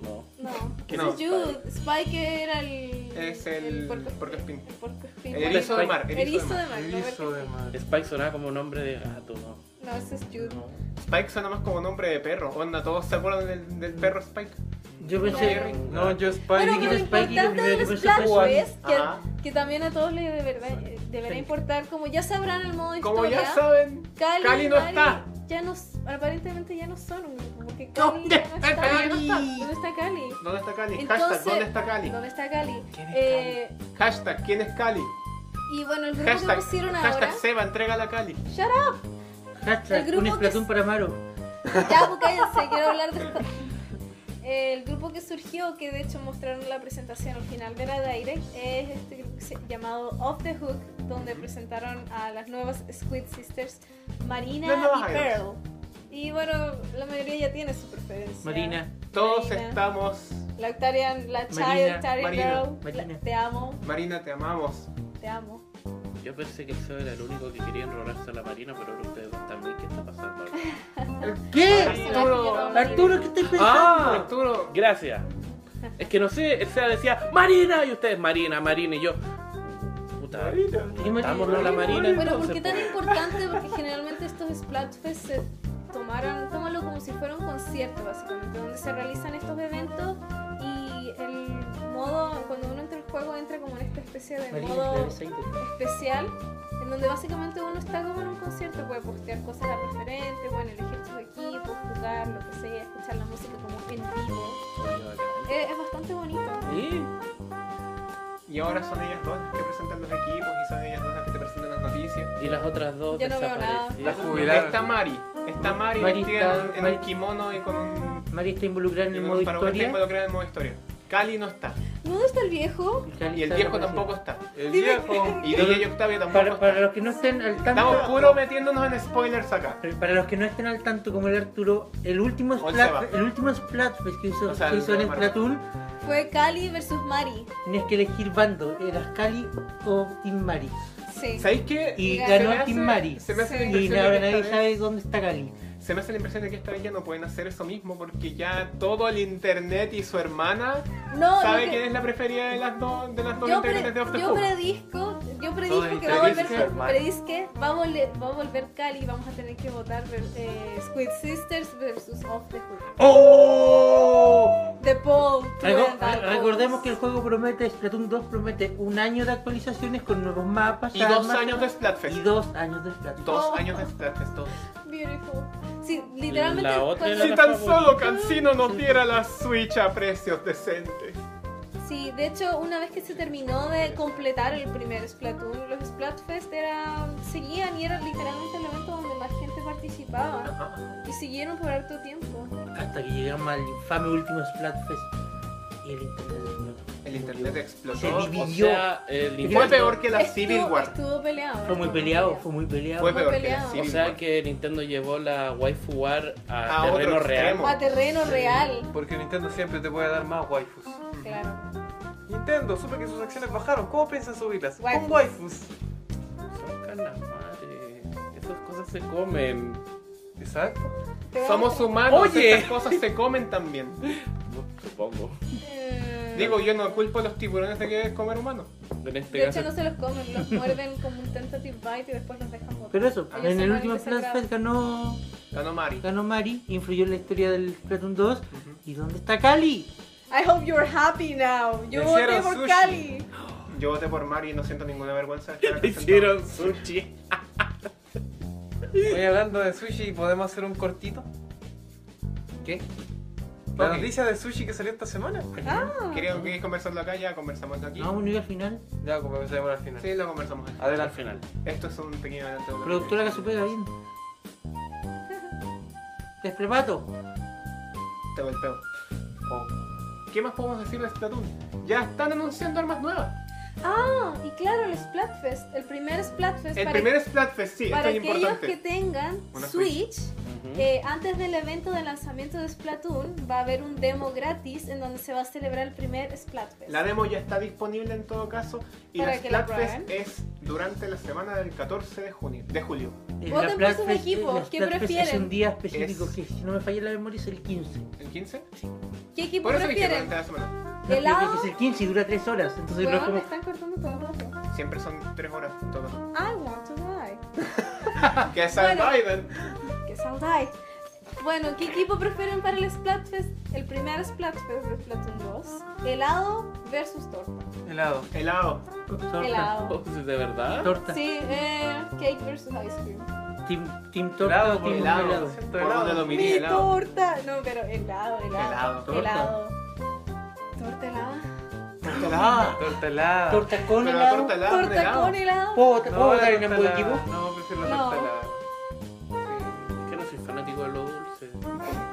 Speaker 7: No.
Speaker 2: No,
Speaker 3: Que
Speaker 2: ese
Speaker 3: no,
Speaker 2: es Jude. Spike era el.
Speaker 3: Es el
Speaker 2: puerco
Speaker 3: puercoespín.
Speaker 2: El puercoespín.
Speaker 3: El erizo de mar.
Speaker 2: Erizo de mar.
Speaker 4: Erizo de mar.
Speaker 7: Spike sonaba como nombre de gato, ¿no?
Speaker 2: No, ese es Jude.
Speaker 3: Spike suena más como nombre de perro. Onda, ¿todos se acuerdan del, del perro Spike?
Speaker 6: Yo pensé.
Speaker 4: No, yo Spike.
Speaker 2: Bueno,
Speaker 6: que
Speaker 2: pero lo
Speaker 6: Spike y el
Speaker 2: importante
Speaker 6: primero
Speaker 2: del
Speaker 6: que
Speaker 2: Splash
Speaker 6: fue Juan.
Speaker 2: es
Speaker 3: Ajá.
Speaker 2: que, que también a todos les de verdad, eh, deberá importar, como ya sabrán el modo
Speaker 3: Como
Speaker 2: historia.
Speaker 3: ya saben,
Speaker 2: Cali,
Speaker 3: Cali no
Speaker 2: Mari,
Speaker 3: está.
Speaker 2: Ya no, s- aparentemente ya no son un grupo, porque Cali
Speaker 3: ¿Dónde
Speaker 2: ya no
Speaker 3: está
Speaker 2: está.
Speaker 3: Cali?
Speaker 2: ¿Dónde está Cali?
Speaker 3: ¿Dónde está Cali?
Speaker 2: Entonces-
Speaker 3: Hashtag, ¿dónde está Cali?
Speaker 2: ¿Dónde está Cali?
Speaker 4: ¿Quién es
Speaker 2: Eh,
Speaker 3: Hashtag, ¿quién es Cali?
Speaker 2: y bueno, el grupo
Speaker 3: Hashtag,
Speaker 2: que pusieron
Speaker 3: hashtag
Speaker 2: ahora.
Speaker 3: Seba, entrega a Cali.
Speaker 2: El
Speaker 6: Hashtag,
Speaker 2: grupo
Speaker 6: un
Speaker 2: que
Speaker 6: Splatoon
Speaker 2: es-
Speaker 6: para Maro.
Speaker 2: Ya, pues cállense, quiero hablar de esto. El grupo que surgió, que de hecho mostraron la presentación al final de la Direct, es este grupo que se- llamado Off the Hook, donde presentaron a las nuevas Squid Sisters, Marina
Speaker 3: Las nuevas
Speaker 2: y
Speaker 3: idols.
Speaker 2: Pearl. Y bueno, la mayoría ya tiene su preferencia.
Speaker 6: Marina.
Speaker 3: Todos
Speaker 2: Marina.
Speaker 3: estamos.
Speaker 2: La Octarian, la Child,
Speaker 6: Marina,
Speaker 2: Octarian
Speaker 3: Marina,
Speaker 2: Girl.
Speaker 6: Marina.
Speaker 2: la- te amo,
Speaker 3: Marina, te amamos.
Speaker 2: te amo.
Speaker 7: Yo pensé que el CEO era el único que quería enrolarse a la marina, pero ahora ustedes dos también, ¿qué
Speaker 2: (laughs)
Speaker 7: está pasando? ahora?
Speaker 6: ¿Qué?
Speaker 2: Personaje
Speaker 3: Arturo.
Speaker 2: llamado Marina.
Speaker 6: Arturo, ¿qué estás pensando?
Speaker 4: Ah,
Speaker 3: Arturo,
Speaker 7: Gracias. Es que no sé, el CEO decía, Marina, y ustedes, Marina, Marina, y yo. Puta, Vámonos a la marina.
Speaker 2: Bueno, ¿por
Speaker 7: entonces,
Speaker 2: qué tan
Speaker 7: pues.
Speaker 2: importante? Porque generalmente estos Splatfest se tomaron, tómalo como si fuera un concierto, básicamente, donde se realizan estos eventos y el modo, cuando uno entra al juego, entra como en esta especie de modo especial, en donde básicamente uno está como en un concierto, puede postear cosas a preferente, bueno, elegir sus equipos, jugar, lo que sea, escuchar la música como en vivo. Eh, es bastante bonito.
Speaker 7: Sí,
Speaker 3: Y ahora son ellas dos las que presentan los equipos y son ellas dos las que te presentan las noticias.
Speaker 7: Y las otras dos
Speaker 2: Yo no veo nada.
Speaker 4: La
Speaker 7: desaparecieron.
Speaker 4: jubilaron.
Speaker 3: Está Mari. Está Mari
Speaker 6: Mari
Speaker 3: vestida en-
Speaker 6: está-
Speaker 3: en
Speaker 6: Mari-
Speaker 3: un kimono y con un.
Speaker 6: María está involucrada en
Speaker 3: y
Speaker 6: el
Speaker 3: con
Speaker 6: modo
Speaker 3: un paraguas que
Speaker 6: historia.
Speaker 3: involucrada en el modo historia. Cali no está.
Speaker 2: ¿Dónde está el viejo?
Speaker 3: Y el viejo tampoco está.
Speaker 4: El viejo.
Speaker 3: Y DJ y Octavio tampoco
Speaker 6: Para, para
Speaker 3: está.
Speaker 6: los que no estén al tanto.
Speaker 3: Estamos puro metiéndonos en spoilers acá.
Speaker 6: Pero Para los que no estén al tanto como el Arturo, el último
Speaker 3: Once
Speaker 6: Splat,
Speaker 3: va.
Speaker 6: el último Splatfest que hizo,
Speaker 3: O sea,
Speaker 6: que hizo en
Speaker 3: el-
Speaker 6: Splatoon,
Speaker 2: Fue Cali versus Mari.
Speaker 6: tenías que elegir bando, eras Cali o Team Mari.
Speaker 2: Sí.
Speaker 3: ¿Sabéis qué?
Speaker 6: Y
Speaker 2: Se
Speaker 6: ganó
Speaker 3: me hace-
Speaker 6: Team Mari.
Speaker 3: Se me hace la
Speaker 2: Sí.
Speaker 6: Y
Speaker 3: impresión ¿eh? de
Speaker 6: ahora
Speaker 3: que esta
Speaker 6: nadie
Speaker 3: vez-
Speaker 6: sabe dónde está Cali.
Speaker 3: Se me hace la impresión de que esta vez ya no pueden hacer eso mismo porque ya todo el internet y su hermana
Speaker 2: No, lo
Speaker 3: sabe
Speaker 2: que-
Speaker 3: quién es la preferida de las dos de las dos
Speaker 2: yo,
Speaker 3: integrantes de
Speaker 2: pre-
Speaker 3: After
Speaker 2: yo
Speaker 3: Hook.
Speaker 2: predisco, yo predisco
Speaker 4: Todo
Speaker 2: que va a volver,
Speaker 4: predisco, hermano.
Speaker 2: predisque, va a, vole- va a volver Cali y vamos a tener que votar ver- eh, Squid Sisters versus Off the Hook.
Speaker 3: ¡Oh!
Speaker 2: The Paul.
Speaker 6: Reco- re- Recordemos que el juego promete, Splatoon 2 promete un año de actualizaciones con nuevos mapas.
Speaker 3: Y dos
Speaker 6: armas,
Speaker 3: años de Splatfest.
Speaker 6: y dos años de Splatoon.
Speaker 3: Dos
Speaker 2: Oh.
Speaker 3: años de Splatfest, todos.
Speaker 2: Beautiful. Sí, literalmente.
Speaker 7: La otra
Speaker 2: cuando-
Speaker 7: era
Speaker 3: Si tan solo Cancino nos diera la Switch a precios decentes.
Speaker 2: Sí, de hecho, una vez que se terminó de completar el primer Splatoon, los Splatfest eran, seguían y era literalmente el evento donde más gente participaba. Y siguieron por harto tiempo.
Speaker 6: Hasta que llegamos al infame último Splatfest y el internet explotó.
Speaker 3: El internet
Speaker 6: Se
Speaker 3: explotó.
Speaker 7: O
Speaker 6: dividió.
Speaker 7: sea, el
Speaker 3: Fue
Speaker 7: Nintendo-
Speaker 3: peor que la
Speaker 2: Estuvo-
Speaker 3: Civil War.
Speaker 2: Estuvo peleado.
Speaker 6: Fue muy
Speaker 2: estuvo
Speaker 6: peleado, fue muy peleado.
Speaker 3: Fue peor que la
Speaker 2: peleado.
Speaker 3: Civil
Speaker 7: O
Speaker 3: War.
Speaker 7: sea que Nintendo llevó la waifu war a,
Speaker 3: A otro
Speaker 7: terreno real.
Speaker 3: extremo.
Speaker 2: A terreno real.
Speaker 4: Porque Nintendo siempre te puede dar más waifus.
Speaker 2: Claro.
Speaker 4: Nintendo, supe que sus acciones bajaron. ¿Cómo piensan subirlas?
Speaker 2: Waifus.
Speaker 4: Con waifus.
Speaker 7: Saca la madre. Esas cosas se comen.
Speaker 4: Exacto. ¿eh?
Speaker 2: Te voy a
Speaker 3: Somos
Speaker 2: mostrar-
Speaker 3: humanos,
Speaker 7: Oye.
Speaker 3: estas cosas se comen también.
Speaker 7: Supongo.
Speaker 2: Eh,
Speaker 3: Digo, yo no culpo a los tiburones de que comer humanos.
Speaker 7: En este
Speaker 2: De
Speaker 7: caso.
Speaker 2: hecho, no se los comen, los muerden como un tentative bite y después los dejan botar.
Speaker 6: Pero eso,
Speaker 2: Ellos
Speaker 6: en
Speaker 2: son
Speaker 6: el último
Speaker 2: realmente
Speaker 6: Splatfest ganó,
Speaker 3: Ganó Mari.
Speaker 6: ganó Mari, influyó en la historia del Splatoon 2. ¿Y dónde está Cali?
Speaker 2: I hope you're happy now. Yo
Speaker 4: Le
Speaker 2: voté
Speaker 4: hicieron
Speaker 2: por
Speaker 4: sushi.
Speaker 2: Cali.
Speaker 3: Yo voté por Mari y no siento ninguna vergüenza de estar acá sentado.
Speaker 2: (laughs)
Speaker 7: Hicieron sushi.
Speaker 4: Hoy hablando de sushi, ¿podemos hacer un cortito?
Speaker 6: ¿Qué?
Speaker 4: La
Speaker 3: Ok.
Speaker 4: noticia de sushi que salió esta semana.
Speaker 3: Quería que conversarlo acá, ya conversamos aquí.
Speaker 6: No, vamos a unir al final.
Speaker 4: Ya, como empezamos al final.
Speaker 3: Sí, lo conversamos aquí.
Speaker 7: Al
Speaker 4: Adelante.
Speaker 7: final.
Speaker 3: Esto es un pequeño adelanto. de lo que-
Speaker 6: Productora que se pega bien. Desprepato.
Speaker 3: Te golpeo.
Speaker 4: Oh.
Speaker 3: ¿Qué más podemos decir de Splatoon? Ya están anunciando armas nuevas.
Speaker 2: Ah, y claro, el Splatfest. El primer Splatfest.
Speaker 3: El
Speaker 2: para
Speaker 3: primer Splatfest, sí, esto
Speaker 2: para
Speaker 3: es
Speaker 2: aquellos que
Speaker 3: importante.
Speaker 2: tengan
Speaker 3: Una
Speaker 2: Switch, Eh, antes del evento de lanzamiento de Splatoon va a haber un demo gratis en donde se va a celebrar el primer Splatfest.
Speaker 3: La demo ya está disponible en todo caso y
Speaker 2: Para
Speaker 3: la
Speaker 2: que la
Speaker 3: Splatfest
Speaker 2: prueben.
Speaker 3: es durante la semana del 14 de junio, de julio.
Speaker 2: Voten por sus equipos, ¿qué
Speaker 6: Es
Speaker 2: prefieren?
Speaker 6: un día específico
Speaker 3: Es-
Speaker 6: que, si no me falla la memoria, es el 15.
Speaker 3: ¿El 15?
Speaker 2: ¿Qué equipo
Speaker 3: Por eso dije
Speaker 2: prefieren?
Speaker 3: durante la semana.
Speaker 6: No,
Speaker 2: ¿Helado?
Speaker 6: Es el 15 y dura 3 horas. Entonces, no es
Speaker 2: Weón,
Speaker 6: como.
Speaker 2: están cortando todo el rato.
Speaker 3: Siempre son 3 horas en todo. Ah,
Speaker 2: I want to die.
Speaker 3: Que es San
Speaker 2: Bueno.
Speaker 3: Biden.
Speaker 2: Que sound die. Bueno, ¿qué equipo prefieren para el Splatfest? El primer Splatfest de Splatoon 2. Helado versus torta.
Speaker 4: Helado.
Speaker 3: Helado.
Speaker 6: Torta.
Speaker 2: Helado.
Speaker 7: Entonces, ¿De verdad?
Speaker 6: Torta.
Speaker 2: Sí, eh, cake versus ice cream.
Speaker 6: Team, team torta
Speaker 4: Helado,
Speaker 6: o team
Speaker 4: helado.
Speaker 6: helado.
Speaker 3: Por donde lo
Speaker 2: Mi
Speaker 3: miré, helado.
Speaker 2: torta. No, pero helado, helado.
Speaker 6: Helado.
Speaker 2: Helado. Torta helada.
Speaker 3: Torta helada.
Speaker 4: Torta helada.
Speaker 6: Torta con
Speaker 3: Pero la
Speaker 6: helado.
Speaker 3: torta helada.
Speaker 2: Torta con helado.
Speaker 6: ¿Puedo votar-
Speaker 4: No,
Speaker 6: puedo
Speaker 4: la
Speaker 6: votar en
Speaker 4: torta
Speaker 6: ambos
Speaker 4: helada.
Speaker 6: equipos?
Speaker 4: No, prefiero la
Speaker 2: No.
Speaker 4: torta helada.
Speaker 7: Que no soy fanático de lo dulce.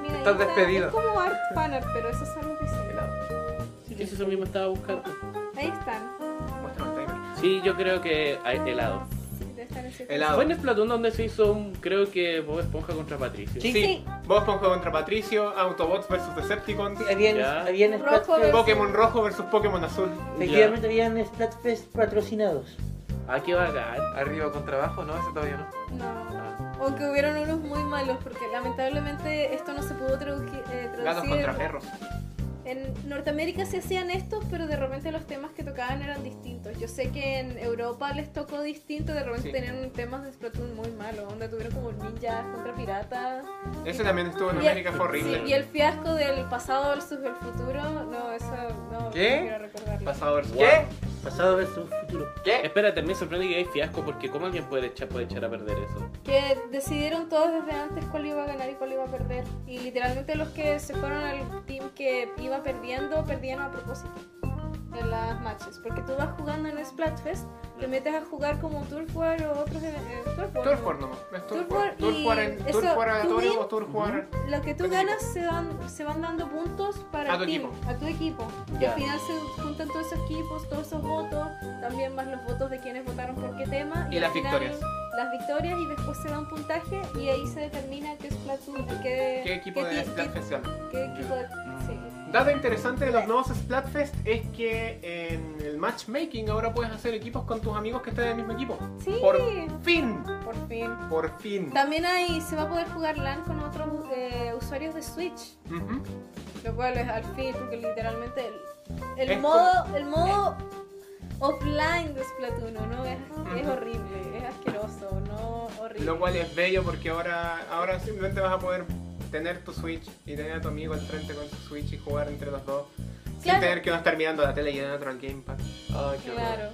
Speaker 2: Mira,
Speaker 4: Estás
Speaker 2: ahí está.
Speaker 4: despedido.
Speaker 2: Es como art fanart, pero esos son los diseños.
Speaker 7: Eso es lo mismo estaba buscando.
Speaker 2: Ahí están.
Speaker 3: Muéstrame el timer.
Speaker 7: Sí, yo creo que hay helado.
Speaker 2: Sí, debe estar en cierto-
Speaker 3: Helado.
Speaker 7: Fue en Splatoon donde se hizo un, creo que Bob Esponja contra Patricio.
Speaker 3: Sí.
Speaker 2: Sí.
Speaker 3: Bob Esponja contra Patricio, Autobots versus Decepticons,
Speaker 6: Habían,
Speaker 7: Ya.
Speaker 6: habían
Speaker 2: Rojo
Speaker 6: Splatfest-
Speaker 2: versus-
Speaker 3: Pokémon rojo versus Pokémon azul.
Speaker 6: Efectivamente, habían Splatfest patrocinados.
Speaker 7: Ah, qué bacán.
Speaker 4: Arriba con trabajo, no, ese todavía no.
Speaker 2: No. Aunque hubieron unos muy malos, porque lamentablemente esto no se pudo tradu- eh,
Speaker 3: Gatos
Speaker 2: traducir.
Speaker 3: contra perros.
Speaker 2: En Norteamérica se hacían estos, pero de repente los temas que tocaban eran distintos. Yo sé que en Europa les tocó distinto, de repente
Speaker 3: Sí.
Speaker 2: tenían temas de Splatoon muy malos, donde tuvieron como ninjas contra piratas.
Speaker 3: Ese también estuvo en
Speaker 2: Y el-
Speaker 3: América, fue horrible.
Speaker 2: Sí, y el fiasco del pasado versus el futuro, no, eso no,
Speaker 4: ¿Qué?
Speaker 2: no quiero recordarlo.
Speaker 3: Pasado versus.
Speaker 7: ¿Qué?
Speaker 6: Pasado versus futuro.
Speaker 7: Espérate, me sorprende que hay fiasco porque ¿cómo alguien puede echar, puede echar a perder eso?
Speaker 2: que decidieron todos desde antes cuál iba a ganar y cuál iba a perder. Y literalmente los que se fueron al team que iba perdiendo, perdían a propósito en las matches. Porque tú vas jugando en Splatfest, te metes a jugar como Turf War o otros eh, Turf War,
Speaker 3: Mm. Turf
Speaker 2: ¿no?
Speaker 3: War nomás. Es Turf
Speaker 2: Turf
Speaker 3: War.
Speaker 2: War
Speaker 3: Turf
Speaker 2: y
Speaker 3: War en-
Speaker 2: eso,
Speaker 3: Turf War
Speaker 2: ¿tú
Speaker 3: aleatorio
Speaker 2: win?
Speaker 3: o Turf War.
Speaker 2: Lo que tú
Speaker 3: Perfecto.
Speaker 2: ganas se, dan, se van dando puntos para
Speaker 3: A
Speaker 2: el
Speaker 3: tu
Speaker 2: team,
Speaker 3: equipo.
Speaker 2: a tu equipo. Y
Speaker 7: Ya.
Speaker 2: al final se juntan todos esos equipos, todos esos votos, también más los votos de quienes votaron por qué tema.
Speaker 3: Y
Speaker 2: al
Speaker 3: las
Speaker 2: final,
Speaker 3: victorias.
Speaker 2: Las victorias y después se da un puntaje y ahí se determina qué es Platoon, qué,
Speaker 3: ¿Qué equipo
Speaker 2: qué
Speaker 3: de
Speaker 2: ti-
Speaker 3: Splatfest se
Speaker 2: qué-
Speaker 3: llama?
Speaker 2: qué equipo de- sí.
Speaker 3: Dato interesante de los nuevos Splatfest es que en el matchmaking ahora puedes hacer equipos con tus amigos que están en el mismo equipo.
Speaker 2: Sí.
Speaker 3: Mm. Por fin.
Speaker 2: Por fin.
Speaker 3: Por fin.
Speaker 2: También ahí se va a poder jugar LAN con otros eh, usuarios de Switch.
Speaker 3: Ujú.
Speaker 2: Lo cual es al fin, porque literalmente el, el
Speaker 3: Es eh.
Speaker 2: modo, el modo offline de Splatoon ¿no? es, es horrible, es asqueroso, no horrible.
Speaker 3: Lo cual es bello porque ahora, ahora simplemente vas a poder tener tu Switch y tener a tu amigo al frente con su Switch y jugar entre los dos. Sin
Speaker 2: Claro.
Speaker 3: tener que no estar mirando la tele y en otro al Gamepad. Ay, qué horror. (laughs)
Speaker 2: claro.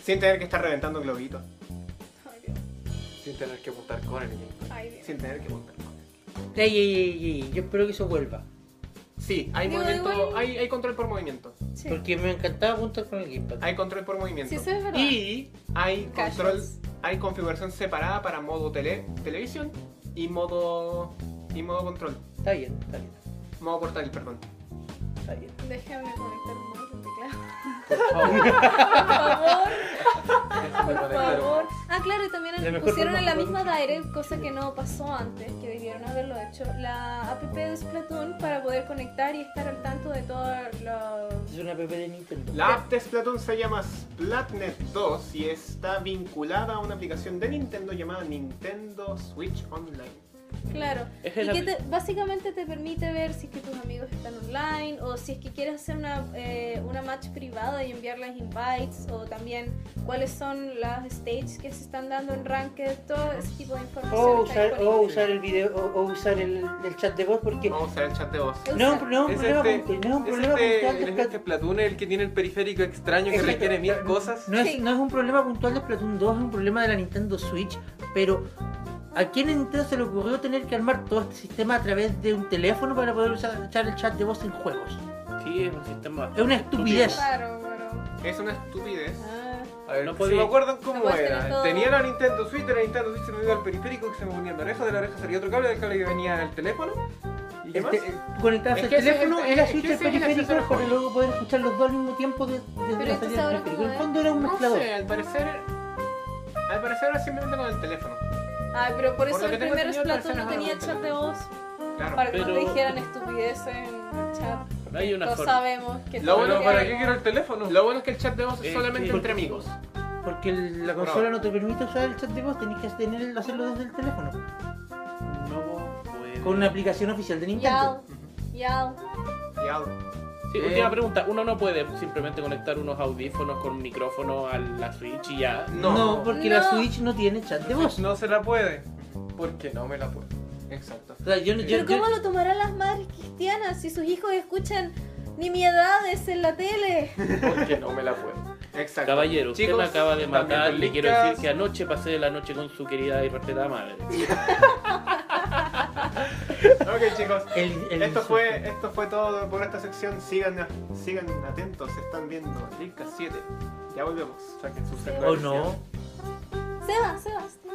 Speaker 3: Sin tener que estar reventando globitos.
Speaker 2: Ay, Dios.
Speaker 4: Sin tener que apuntar con el game.
Speaker 2: Ay, Dios.
Speaker 3: Sin tener que montar.
Speaker 6: Ey, ey, ey, ey, yo espero que eso vuelva.
Speaker 3: Sí, hay
Speaker 2: Digo,
Speaker 3: movimiento,
Speaker 2: igual-
Speaker 3: hay, hay control por movimiento.
Speaker 2: Sí.
Speaker 6: Porque me encantaba apuntar con el Gamepad.
Speaker 3: Hay control por movimiento.
Speaker 2: Sí, eso es verdad.
Speaker 3: Y hay
Speaker 2: Calles.
Speaker 3: control, hay configuración separada para modo tele, televisión y modo y modo control,
Speaker 6: Está bien, está bien,
Speaker 3: modo portátil, perdón.
Speaker 6: está bien.
Speaker 2: Déjame conectar un modo con teclado.
Speaker 4: Por favor.
Speaker 2: Por favor,
Speaker 4: Déjame
Speaker 2: (laughs) por
Speaker 4: conectar un-
Speaker 2: favor. Ah, claro, y también
Speaker 6: La mejor
Speaker 2: pusieron
Speaker 6: forma
Speaker 2: en la
Speaker 6: de
Speaker 2: misma Direct, cosa que no pasó antes, que debieron haberlo hecho, la app de Splatoon para poder conectar y estar al tanto de todos los
Speaker 6: Es una app de Nintendo.
Speaker 3: La app de Splatoon se llama Splatnet 2 y está vinculada a una aplicación de Nintendo llamada Nintendo Switch Online.
Speaker 2: Claro.
Speaker 7: Es
Speaker 2: y
Speaker 7: el
Speaker 2: que
Speaker 7: apli-
Speaker 2: te- básicamente te permite ver si es que tus amigos están online o si es que quieres hacer una, eh, una match privada y enviarles invites o también cuáles son las stages que se están dando en ranked, todo ese tipo de información. está
Speaker 6: O Oh, usar, o
Speaker 2: disponible.
Speaker 6: usar el video, o, o usar el, el chat de voz porque... No,
Speaker 3: Vamos a usar el chat de voz.
Speaker 2: Usa-
Speaker 6: no, no, un
Speaker 4: Es
Speaker 6: problema
Speaker 4: este-
Speaker 6: con- no, un
Speaker 4: ¿Es
Speaker 6: problema puntual de
Speaker 4: este, es este
Speaker 6: Splatoon.
Speaker 4: Platoon el que tiene el periférico extraño que
Speaker 6: Exacto.
Speaker 4: requiere mil cosas?
Speaker 6: No es,
Speaker 2: Sí.
Speaker 6: no es un problema puntual de Splatoon 2, es un problema de la Nintendo Switch, pero ¿a quién en Nintendo se le ocurrió tener que armar todo este sistema a través de un teléfono para poder usar, echar el chat de voz en juegos?
Speaker 7: Sí, es un sistema...
Speaker 6: Es una estupidez.
Speaker 2: Claro, pero-
Speaker 3: Es una estupidez.
Speaker 2: ah,
Speaker 4: A ver,
Speaker 7: No
Speaker 4: si
Speaker 7: podía-
Speaker 4: me acuerdan
Speaker 2: No
Speaker 4: cómo
Speaker 2: puedes tener
Speaker 4: era.
Speaker 2: todo.
Speaker 4: Tenía la Nintendo Switch, de la Nintendo Switch se me iba al periférico que se me ponía en la oreja, de la oreja salía otro cable, del cable que venía el teléfono. ¿Y qué
Speaker 6: El
Speaker 4: más?
Speaker 6: te-
Speaker 3: Este, eh,
Speaker 6: tú conectabas
Speaker 3: Es
Speaker 6: el
Speaker 3: que ese es el-
Speaker 6: eh, teléfono,
Speaker 3: es
Speaker 6: el, la
Speaker 3: que
Speaker 6: Switch,
Speaker 3: ese
Speaker 6: el
Speaker 3: es el
Speaker 6: periférico,
Speaker 3: accesorio.
Speaker 6: para luego poder escuchar los dos al mismo tiempo desde de,
Speaker 2: Pero
Speaker 6: la
Speaker 2: entonces
Speaker 6: salida
Speaker 2: ahora
Speaker 6: del periférico.
Speaker 2: cómo
Speaker 6: En el
Speaker 2: es.
Speaker 6: fondo era un
Speaker 3: No
Speaker 6: mezclador.
Speaker 3: sé, al parecer, al parecer era simplemente con el teléfono.
Speaker 2: Ay, pero por eso
Speaker 4: lo
Speaker 2: el
Speaker 4: que tengo
Speaker 2: primer
Speaker 4: entendido,
Speaker 2: Splatoon no
Speaker 4: parece
Speaker 2: tenía
Speaker 4: una-
Speaker 2: chat de voz.
Speaker 4: Claro.
Speaker 2: Para que
Speaker 7: Pero-
Speaker 2: no dijeran estupideces en el chat.
Speaker 7: Hay una
Speaker 2: Todos
Speaker 7: forma.
Speaker 2: sabemos que
Speaker 4: Lo
Speaker 2: todo
Speaker 4: bueno,
Speaker 2: que
Speaker 4: ¿para
Speaker 2: hay-
Speaker 4: qué quiero el teléfono?
Speaker 3: Lo bueno es que el chat de voz es
Speaker 7: Eh,
Speaker 3: solamente
Speaker 7: sí.
Speaker 3: entre amigos.
Speaker 6: Porque el- la consola no te permite usar el chat de voz, tenés que tener, hacerlo desde el teléfono.
Speaker 7: No puede.
Speaker 6: Con una aplicación oficial de Nintendo.
Speaker 2: Yao, yao.
Speaker 3: Ya.
Speaker 7: Sí, última pregunta. Uno no puede simplemente conectar unos audífonos con micrófono a la Switch y ya.
Speaker 6: No,
Speaker 4: No,
Speaker 6: porque la
Speaker 2: No.
Speaker 6: Switch no tiene chat de voz.
Speaker 4: no se la puede. Porque no me la puedo.
Speaker 3: Exacto.
Speaker 6: O sea, yo, no- yo-
Speaker 2: Pero
Speaker 6: yo-
Speaker 2: ¿cómo lo tomarán las madres cristianas si sus hijos escuchan nimiedades en la tele?
Speaker 4: Porque no me la puedo.
Speaker 3: Exacto.
Speaker 7: Caballero, usted
Speaker 4: Chicos,
Speaker 7: me acaba de
Speaker 4: también
Speaker 7: matar. Le quiero
Speaker 4: pellizcas.
Speaker 7: decir que anoche pasé la noche con su querida y respetada madre.
Speaker 3: Ok, chicos.
Speaker 6: el- el-
Speaker 3: Esto fue, esto fue todo por esta sección. Sigan, sigan atentos, están viendo Rica 7. Ya volvemos.
Speaker 4: Saquen sus
Speaker 6: O
Speaker 4: celulares.
Speaker 2: (laughs)
Speaker 6: Oh, no.
Speaker 2: Seba, Seba. Seba.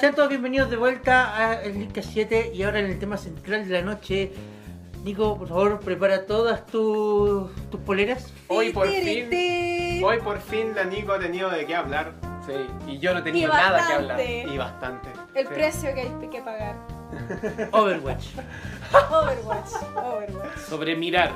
Speaker 6: Sean todos bienvenidos de vuelta a el Link 7 y ahora en el tema central de la noche. Nico, por favor, prepara todas tus, tus poleras.
Speaker 3: (laughs) Hoy por
Speaker 2: Ti, ti,
Speaker 3: fin.
Speaker 2: ti.
Speaker 3: Hoy por fin la Nico ha tenido de qué hablar.
Speaker 4: Sí, y yo no
Speaker 2: Y
Speaker 4: tenía nada que hablar.
Speaker 2: bastante.
Speaker 3: Y bastante.
Speaker 2: El
Speaker 4: Sí.
Speaker 2: precio que hay que pagar.
Speaker 6: Overwatch.
Speaker 2: Overwatch, Overwatch.
Speaker 7: Sobre mirar.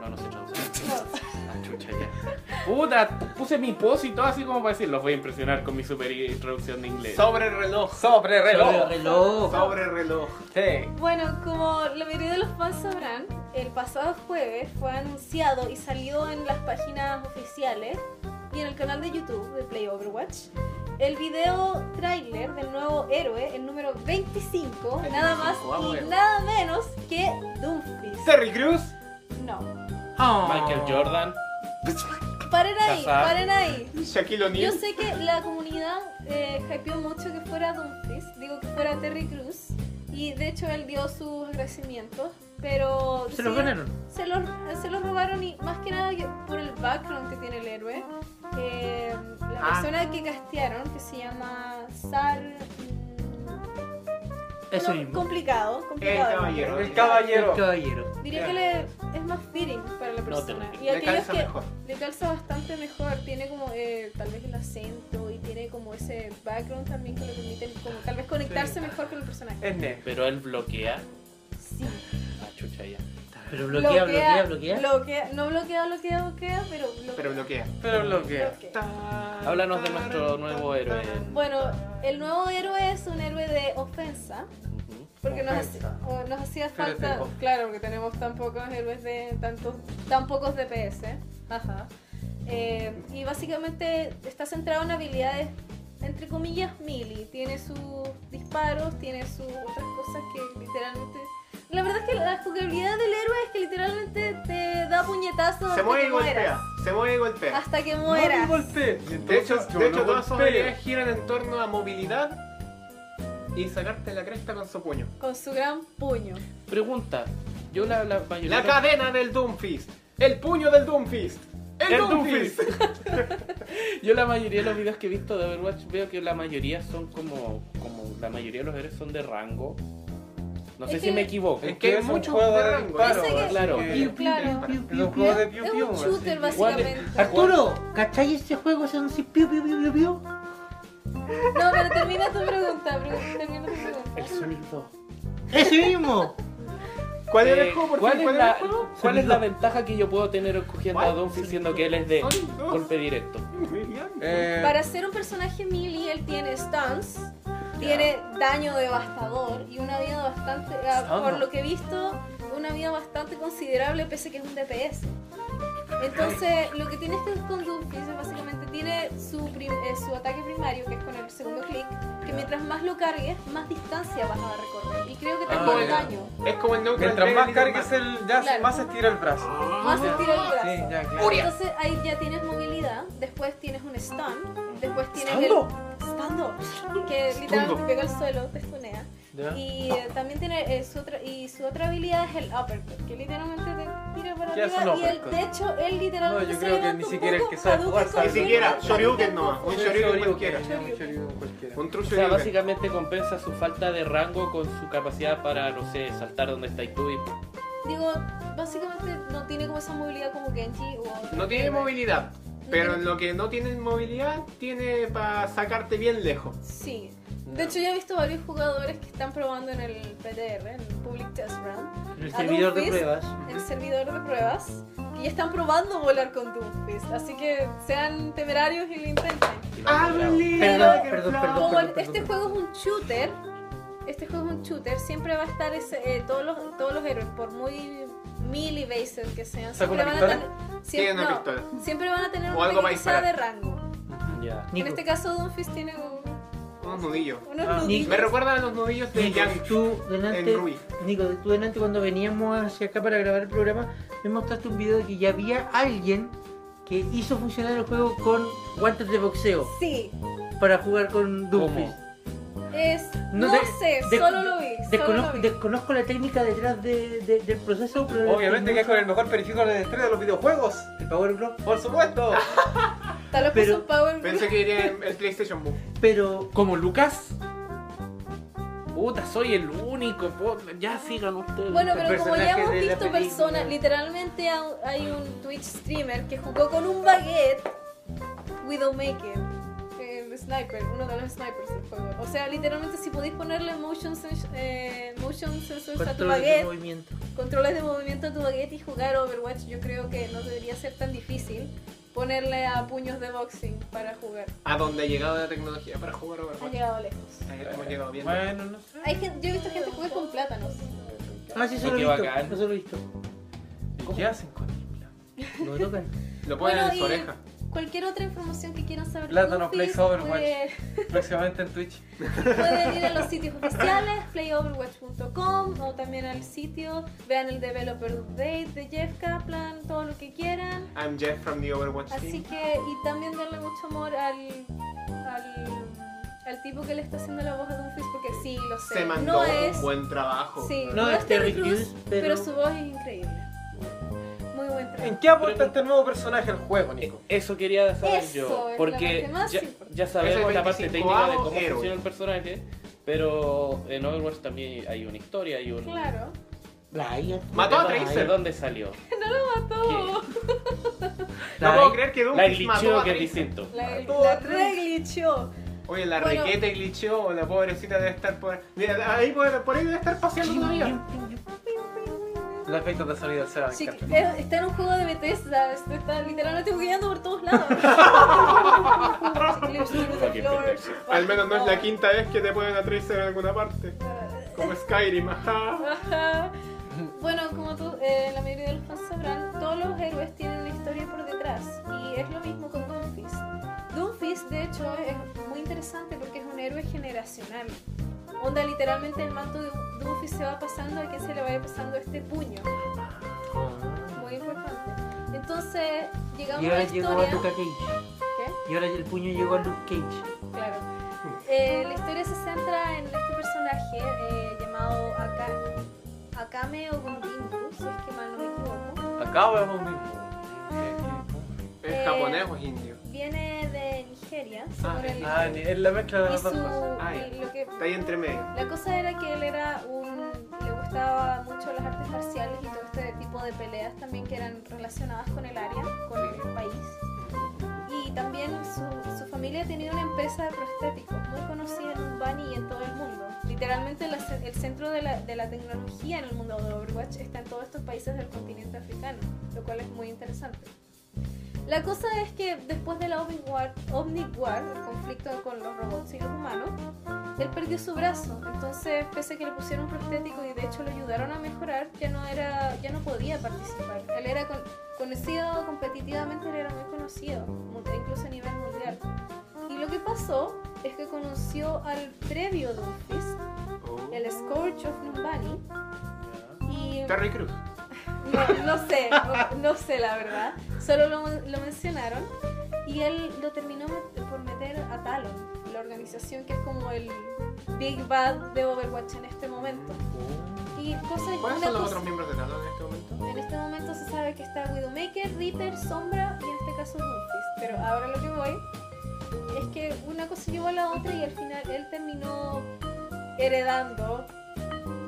Speaker 7: No, no sé traduce.
Speaker 2: No.
Speaker 7: Ah, Chucha, ya. Puta, puse mi pose y todo así como para decir, los voy a impresionar con mi super introducción de inglés.
Speaker 3: Sobre el reloj.
Speaker 4: Sobre
Speaker 6: Sobre
Speaker 4: reloj.
Speaker 6: reloj.
Speaker 3: Sobre el reloj.
Speaker 4: Sí.
Speaker 2: Bueno, como la mayoría de los fans sabrán, el pasado jueves fue anunciado y salido en las páginas oficiales y en el canal de YouTube de Play Overwatch el video tráiler del nuevo héroe, el número 25, nada más
Speaker 4: vamos,
Speaker 2: y
Speaker 4: héroe.
Speaker 2: nada menos que Dumfries.
Speaker 3: Terry Cruz.
Speaker 2: No.
Speaker 6: Oh.
Speaker 7: Michael Jordan.
Speaker 2: Paren ahí,
Speaker 7: Hazard.
Speaker 2: paren ahí.
Speaker 3: Shaquille
Speaker 2: Yo
Speaker 3: O'Neal.
Speaker 2: sé que la comunidad eh, hypeó mucho que fuera Dumfries, digo que fuera Terry Cruz, y de hecho él dio sus agradecimientos, pero...
Speaker 6: Se los
Speaker 2: sí,
Speaker 6: ganaron.
Speaker 2: Se los, se los robaron y más que nada que por el background que tiene el héroe. eh, la
Speaker 6: Ah.
Speaker 2: persona que castearon, que se llama Sar... mm,
Speaker 6: Eso
Speaker 2: no,
Speaker 6: mismo.
Speaker 2: Complicado,
Speaker 3: El
Speaker 2: complicado.
Speaker 3: caballero.
Speaker 4: El caballero.
Speaker 6: El caballero.
Speaker 2: Diría que le, es más fitting para la persona.
Speaker 7: te-
Speaker 2: y
Speaker 3: Le
Speaker 2: aquellos
Speaker 3: calza
Speaker 2: que
Speaker 3: mejor.
Speaker 2: le calza bastante mejor, tiene como eh, tal vez el acento y tiene como ese background también que le permite como tal vez conectarse mejor con el personaje.
Speaker 4: Es negro.
Speaker 7: Pero él bloquea.
Speaker 2: Sí.
Speaker 7: Ah, chucha, ya.
Speaker 6: Pero bloquea, bloquea, bloquea.
Speaker 2: bloquea. No bloquea, bloquea, bloquea, pero bloquea.
Speaker 3: Pero bloquea.
Speaker 4: Pero bloquea.
Speaker 2: bloquea.
Speaker 7: Háblanos de nuestro nuevo héroe.
Speaker 2: Bueno, el nuevo héroe es un héroe de ofensa,
Speaker 7: Ujú.
Speaker 2: porque nos,
Speaker 4: Ofensa.
Speaker 2: hacía- o nos hacía
Speaker 4: Pero
Speaker 2: falta,
Speaker 4: tengo.
Speaker 2: claro, porque tenemos tan pocos héroes de tantos, tan pocos DPS, ajá. Eh, y básicamente está centrado en habilidades entre comillas melee, tiene sus disparos, tiene sus otras cosas que literalmente la verdad es que la jugabilidad del héroe es que literalmente te da puñetazos
Speaker 3: Se
Speaker 2: hasta
Speaker 3: mueve y
Speaker 2: que
Speaker 3: golpea.
Speaker 2: mueras.
Speaker 3: Se mueve y golpea.
Speaker 2: Hasta que
Speaker 4: No me
Speaker 2: mueras.
Speaker 4: golpeé.
Speaker 3: De hecho, de hecho todas sus habilidades
Speaker 4: golpeé.
Speaker 3: giran en torno a movilidad y sacarte la cresta con su puño.
Speaker 2: Con su gran puño.
Speaker 7: Pregunta. Yo la, la mayoría.
Speaker 3: La cadena del Doomfist. El puño del Doomfist. El,
Speaker 4: El
Speaker 3: Doomfist.
Speaker 7: Yo la mayoría de los videos que he visto de Overwatch veo que la mayoría son como. como la mayoría de los héroes son de rango. No sé
Speaker 2: Es
Speaker 7: si
Speaker 2: que-
Speaker 7: me equivoco.
Speaker 3: Es que hay
Speaker 4: es un
Speaker 3: muchos
Speaker 4: juego
Speaker 3: de
Speaker 4: de
Speaker 3: rango.
Speaker 4: disparo,
Speaker 2: Ese que-
Speaker 4: así
Speaker 7: Claro.
Speaker 4: que-
Speaker 6: Piu, piu,
Speaker 2: Claro.
Speaker 6: piu,
Speaker 4: Es un
Speaker 6: piu, piu.
Speaker 4: juego de piu
Speaker 2: Es
Speaker 4: piu.
Speaker 2: un shooter
Speaker 4: así que-
Speaker 7: What the-
Speaker 2: básicamente.
Speaker 6: Arturo, ¿cachai ese juego? Ese once piu, piu, piu, piu, piu.
Speaker 2: No, pero termina tu pregunta, pregu- termina tu pregunta.
Speaker 7: El Sonic 2.
Speaker 6: Ese mismo.
Speaker 3: (laughs) ¿Cuál
Speaker 7: Eh,
Speaker 3: era el juego? Por
Speaker 7: ¿Cuál,
Speaker 3: fin,
Speaker 7: es
Speaker 3: ¿cuál era
Speaker 7: la,
Speaker 3: el juego?
Speaker 7: cuál es la
Speaker 6: Sonic
Speaker 7: ventaja que yo puedo tener escogiendo a
Speaker 3: ¿Cuál?
Speaker 7: Donphy siendo que él es de
Speaker 3: Sonic dos.
Speaker 7: golpe directo?
Speaker 3: Muy bien.
Speaker 4: Eh,
Speaker 2: Para ser un personaje melee, él tiene stuns, tiene daño devastador y una vida bastante, ah,
Speaker 7: Stun,
Speaker 2: por
Speaker 7: no.
Speaker 2: lo que he visto, una vida bastante considerable pese que es un DPS. Entonces, lo que tienes que hacer con Doomfist es básicamente tiene su, prim- eh, su ataque primario, que es con el segundo clic, que mientras más lo cargues, más distancia vas a recorrer. Y creo que te
Speaker 4: Ah,
Speaker 2: hace
Speaker 4: ya.
Speaker 2: daño.
Speaker 3: Es como el neutral.
Speaker 4: Mientras más
Speaker 3: Bear Little
Speaker 4: cargues
Speaker 3: Man.
Speaker 4: el. ya
Speaker 2: Claro.
Speaker 4: más estira el brazo.
Speaker 2: Más estira el brazo.
Speaker 4: Sí, Ah, ya, claro.
Speaker 2: Entonces ahí ya tienes movilidad, después tienes un stun, después tienes
Speaker 6: ¿Stundo?
Speaker 2: el stando,
Speaker 4: (laughs)
Speaker 2: que literalmente pega al suelo, te stunea. Y eh, también tiene eh, su otra y su otra habilidad es el uppercut, que literalmente te tira para
Speaker 4: ¿Qué hace
Speaker 2: arriba
Speaker 4: un
Speaker 2: y el
Speaker 4: uppercut?
Speaker 2: de hecho él literalmente
Speaker 4: No,
Speaker 2: se
Speaker 4: yo creo que
Speaker 2: levanta
Speaker 4: ni
Speaker 2: un
Speaker 4: siquiera el
Speaker 2: poco,
Speaker 4: que sabe jugar
Speaker 2: Hadouken
Speaker 4: sabe
Speaker 3: Ni
Speaker 2: con
Speaker 3: siquiera,
Speaker 2: su
Speaker 3: Shoryuken
Speaker 2: uppercut.
Speaker 3: nomás. Un
Speaker 4: Un
Speaker 3: Shoryuken
Speaker 4: shoryuken,
Speaker 3: cualquiera.
Speaker 4: ya, Un shoryuken cualquiera.
Speaker 3: Un true
Speaker 7: O sea,
Speaker 3: Shoryuken.
Speaker 7: básicamente compensa su falta de rango con su capacidad para, no sé, saltar donde está tú y
Speaker 2: Digo, básicamente no tiene como esa movilidad como Genji o
Speaker 3: No tiene movilidad. Pero en lo que no tienes movilidad, tiene para sacarte bien lejos.
Speaker 2: Sí. De hecho, yo he visto varios jugadores que están probando en el PTR, en el Public Test Run,
Speaker 6: En el
Speaker 2: ¿A
Speaker 6: servidor de
Speaker 2: Doomfist?
Speaker 6: pruebas.
Speaker 2: el servidor de pruebas, y están probando volar con Doomfist. Así que sean temerarios y lo intenten.
Speaker 6: Perdón, perdón, perdón,
Speaker 2: Como el-
Speaker 6: perdón,
Speaker 2: este
Speaker 6: perdón.
Speaker 2: juego es un shooter, este juego es un shooter, siempre va a estar ese, eh, todos, los, todos los héroes, por muy mil y bases que sean,
Speaker 4: ¿Saca
Speaker 2: siempre
Speaker 4: una
Speaker 2: van a
Speaker 4: pistola?
Speaker 2: tener. Siempre,
Speaker 3: Tiene una
Speaker 2: no,
Speaker 3: pistola.
Speaker 2: siempre van a tener
Speaker 3: O
Speaker 2: un
Speaker 3: algo
Speaker 2: algo
Speaker 3: para
Speaker 2: que sea de
Speaker 3: disparar.
Speaker 2: rango.
Speaker 7: Ya.
Speaker 2: En
Speaker 6: Nico,
Speaker 2: este caso, Doomfist tiene un-
Speaker 3: Unos nudillos.
Speaker 2: unos
Speaker 4: Ah,
Speaker 2: nudillos.
Speaker 3: Me recuerda a los nudillos de
Speaker 6: Nico,
Speaker 3: Yang
Speaker 6: tú
Speaker 3: en
Speaker 6: delante,
Speaker 3: Rubí.
Speaker 6: Nico, tú delante cuando veníamos hacia acá para grabar el programa, me mostraste un video de que ya había alguien que hizo funcionar el juego con guantes de boxeo
Speaker 2: Sí,
Speaker 6: para jugar con Doomfist.
Speaker 2: es.
Speaker 6: No,
Speaker 2: No,
Speaker 6: de-
Speaker 2: sé,
Speaker 6: de-
Speaker 2: solo lo vi. Solo lo
Speaker 6: Desconozco,
Speaker 2: vi.
Speaker 6: desconozco la técnica detrás de- de- del proceso, pero
Speaker 4: Obviamente que es con el mejor periférico de la estrella de los videojuegos.
Speaker 6: el Power Glove.
Speaker 4: Por supuesto.
Speaker 2: Tal vez
Speaker 6: pero-
Speaker 2: puso un Power
Speaker 3: Pensé que era el PlayStation Move.
Speaker 6: Pero
Speaker 7: Como Lucas. Puta, soy el único. puta, Ya sigan ustedes.
Speaker 2: Bueno, pero como ya
Speaker 6: personaje
Speaker 2: hemos
Speaker 6: de la
Speaker 2: visto personas, literalmente ha- hay un Twitch streamer que jugó con un baguette Widowmaker, el sniper, uno de los snipers del juego. O sea, literalmente si podéis ponerle motion, sen- eh, motion sensors a tu
Speaker 6: control de
Speaker 2: baguette,
Speaker 6: movimiento.
Speaker 2: controles de movimiento a tu baguette y jugar Overwatch, yo creo que no debería ser tan difícil ponerle a puños de boxing para jugar.
Speaker 3: A donde ha llegado la tecnología para jugar
Speaker 2: Ha
Speaker 3: Overwatch.
Speaker 2: llegado lejos.
Speaker 3: Ahí hemos llegado bien.
Speaker 7: Bueno, no sé.
Speaker 2: Hay gente, yo he visto gente jugar con plátanos.
Speaker 6: Ah, sí, eso lo he
Speaker 7: Qué
Speaker 6: visto.
Speaker 7: bacán.
Speaker 6: Eso lo he visto.
Speaker 7: ¿Y ¿Qué hacen con él?
Speaker 6: Lo tocan.
Speaker 3: Lo ponen
Speaker 2: Bueno,
Speaker 3: en
Speaker 2: y-
Speaker 3: su oreja.
Speaker 2: Cualquier otra información que quieran saber. de pues,
Speaker 4: Plátano
Speaker 2: Doomfist,
Speaker 4: plays Overwatch.
Speaker 2: pueden-
Speaker 4: Próximamente en Twitch.
Speaker 2: Pueden ir a los sitios oficiales, playoverwatch.com o también al sitio. Vean el Developer Update de Jeff Kaplan, todo lo que quieran.
Speaker 3: I'm Jeff from the Overwatch
Speaker 2: Así
Speaker 3: team.
Speaker 2: que, y también darle mucho amor al, al, al tipo que le está haciendo la voz a Doomfist, porque sí, lo sé.
Speaker 3: Se mandó
Speaker 2: no es.
Speaker 3: un buen trabajo.
Speaker 2: sí,
Speaker 6: No
Speaker 2: no,
Speaker 6: es
Speaker 2: es Terry
Speaker 6: Terry
Speaker 2: Crews,
Speaker 6: Crews, pero-
Speaker 2: pero... su voz es increíble. Muy buen trabajo.
Speaker 4: ¿En qué aporta este nuevo personaje al juego, Nico?
Speaker 7: Eso quería saber
Speaker 2: Eso
Speaker 7: yo.
Speaker 2: es
Speaker 7: Porque
Speaker 2: la parte más
Speaker 7: ya,
Speaker 2: importante.
Speaker 7: ya
Speaker 3: Es
Speaker 7: sabemos
Speaker 3: el
Speaker 7: la parte
Speaker 3: 25avo
Speaker 7: técnica de cómo
Speaker 3: héroe.
Speaker 7: funciona el personaje. Pero en Overwatch también hay una historia, hay un.
Speaker 2: Claro.
Speaker 6: Brian.
Speaker 3: Mató a
Speaker 7: ¿De dónde-
Speaker 3: Tracer.
Speaker 7: ¿De dónde salió?
Speaker 2: Todo.
Speaker 3: No puedo creer que
Speaker 7: La
Speaker 3: Doomfist mató
Speaker 7: glitcheo
Speaker 3: a
Speaker 7: que es
Speaker 3: Tracer.
Speaker 7: distinto.
Speaker 2: La,
Speaker 4: Todo
Speaker 2: la
Speaker 4: atrás.
Speaker 2: re glitchó.
Speaker 3: Oye, la
Speaker 2: Bueno.
Speaker 3: requeta glitchó, la pobrecita debe estar por... Mira, ahí por, por ahí debe estar paseando todavía.
Speaker 4: Los efectos de sonido se
Speaker 3: Ah,
Speaker 4: van
Speaker 2: Sí, eh, está en un juego de Bethesda, está, está literalmente bugueando por todos
Speaker 3: (laughs)
Speaker 2: lados.
Speaker 7: Fucking Bethesda.
Speaker 3: Al menos no es la quinta vez que te ponen a Tracer en alguna parte. Como Skyrim, ajá.
Speaker 2: Ajá. Bueno, como tú, eh, la mayoría de los fans sabrán, todos los héroes tienen una historia por detrás. Y es lo mismo con Doomfist. Doomfist, de hecho, es muy interesante porque es un héroe generacional. Onda, literalmente el manto de Doomfist se va pasando a quien se le vaya pasando este puño. Muy importante. Entonces, llegamos
Speaker 6: Y
Speaker 2: a la
Speaker 6: ahora llegó a
Speaker 2: historia.
Speaker 6: Luke Cage.
Speaker 2: ¿Qué?
Speaker 6: Y ahora el puño llegó a Luke Cage.
Speaker 2: Claro. Eh, la historia se centra en este personaje eh, llamado Akame, Akame o Gunringu, si es que mal no me equivoco.
Speaker 4: Acabo de mismo.
Speaker 2: Eh,
Speaker 3: ¿Es japonés o es indio?
Speaker 2: Viene de Nigeria, según el-
Speaker 4: Ah, ni- es la mezcla de
Speaker 2: y
Speaker 4: las
Speaker 2: su,
Speaker 4: dos cosas.
Speaker 3: Ah, ya.
Speaker 2: y lo que-
Speaker 3: Está ahí entre medio.
Speaker 2: la cosa era que él era un... le gustaba mucho las artes marciales y todo este tipo de peleas también que eran relacionadas con el área, con el país. Y también su, su familia tenía una empresa de prostéticos muy conocida en Umbani y en todo el mundo. Literalmente la ce- el centro de la, de la tecnología en el mundo de Overwatch está en todos estos países del continente africano, lo cual es muy interesante. La cosa es que después de la Omni War, Omni War, el conflicto con los robots y los humanos, él perdió su brazo. Entonces, pese a que le pusieron un prostético y de hecho lo ayudaron a mejorar, ya no, era, ya no podía participar. Él era con- conocido competitivamente, él era muy conocido, mu- incluso a nivel mundial. Y lo que pasó es que conoció al previo Doomfist,
Speaker 3: Oh.
Speaker 2: el Scourge of Numbani, y
Speaker 3: Terry Cruz.
Speaker 2: no, no sé, no, no sé la verdad. Solo lo, lo mencionaron. Y él lo terminó met- por meter a Talon, la organización que es como el Big Bad de Overwatch en este momento. Y cosa,
Speaker 3: Oh. ¿Cuáles
Speaker 2: una
Speaker 3: son los
Speaker 2: cosa-
Speaker 3: otros miembros de Talon en este momento?
Speaker 2: en este momento se sabe que está Widowmaker, Reaper, Sombra y en este caso Doomfist. Pero ahora lo que voy es que una cosa llevó a la otra y al final él terminó heredando,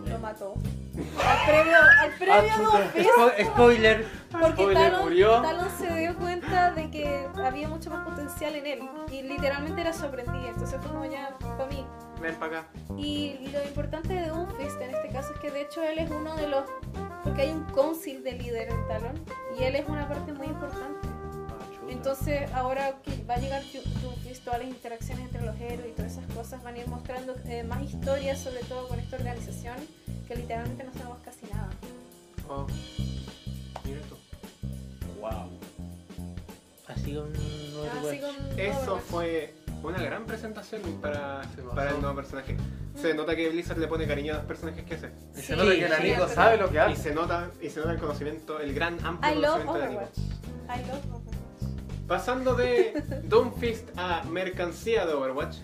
Speaker 2: lo mató. Al premio, al
Speaker 3: Ah,
Speaker 2: premio Don Fist,
Speaker 6: Spo- spoiler.
Speaker 2: porque
Speaker 4: Spoiler,
Speaker 2: Talon,
Speaker 4: murió.
Speaker 2: Talon se dio cuenta de que había mucho más potencial en él. Y literalmente era sorprendida, entonces fue como ya, para mí.
Speaker 3: Ven para acá.
Speaker 2: Y lo importante de Don Fist en este caso es que de hecho él es uno de los... Porque hay un council de líder en Talon y él es una parte muy importante. Entonces ahora que va a llegar Ju- Doomfist, todas las interacciones entre los héroes y todas esas cosas van a ir mostrando eh, más historias, sobre todo con esta organización, que literalmente no sabemos casi nada.
Speaker 3: Oh. Mira tú.
Speaker 7: Wow.
Speaker 6: Así con no
Speaker 2: Así
Speaker 6: Overwatch.
Speaker 2: Ah, con
Speaker 3: Eso
Speaker 2: Overwatch.
Speaker 3: fue una gran presentación para,
Speaker 4: Se pasó.
Speaker 3: para el nuevo personaje.
Speaker 2: Mm.
Speaker 3: Se nota que Blizzard le pone cariño a los personajes que hace.
Speaker 4: Y
Speaker 2: Sí,
Speaker 4: se nota que el
Speaker 2: sí,
Speaker 4: amigo
Speaker 2: sí.
Speaker 4: sabe lo que
Speaker 3: Y
Speaker 4: hace.
Speaker 3: se nota, y se nota el conocimiento, el gran amplio
Speaker 2: I love
Speaker 3: conocimiento de anime.
Speaker 2: Overwatch. I love Overwatch.
Speaker 3: Pasando de
Speaker 2: (laughs)
Speaker 3: Doomfist a mercancía de Overwatch.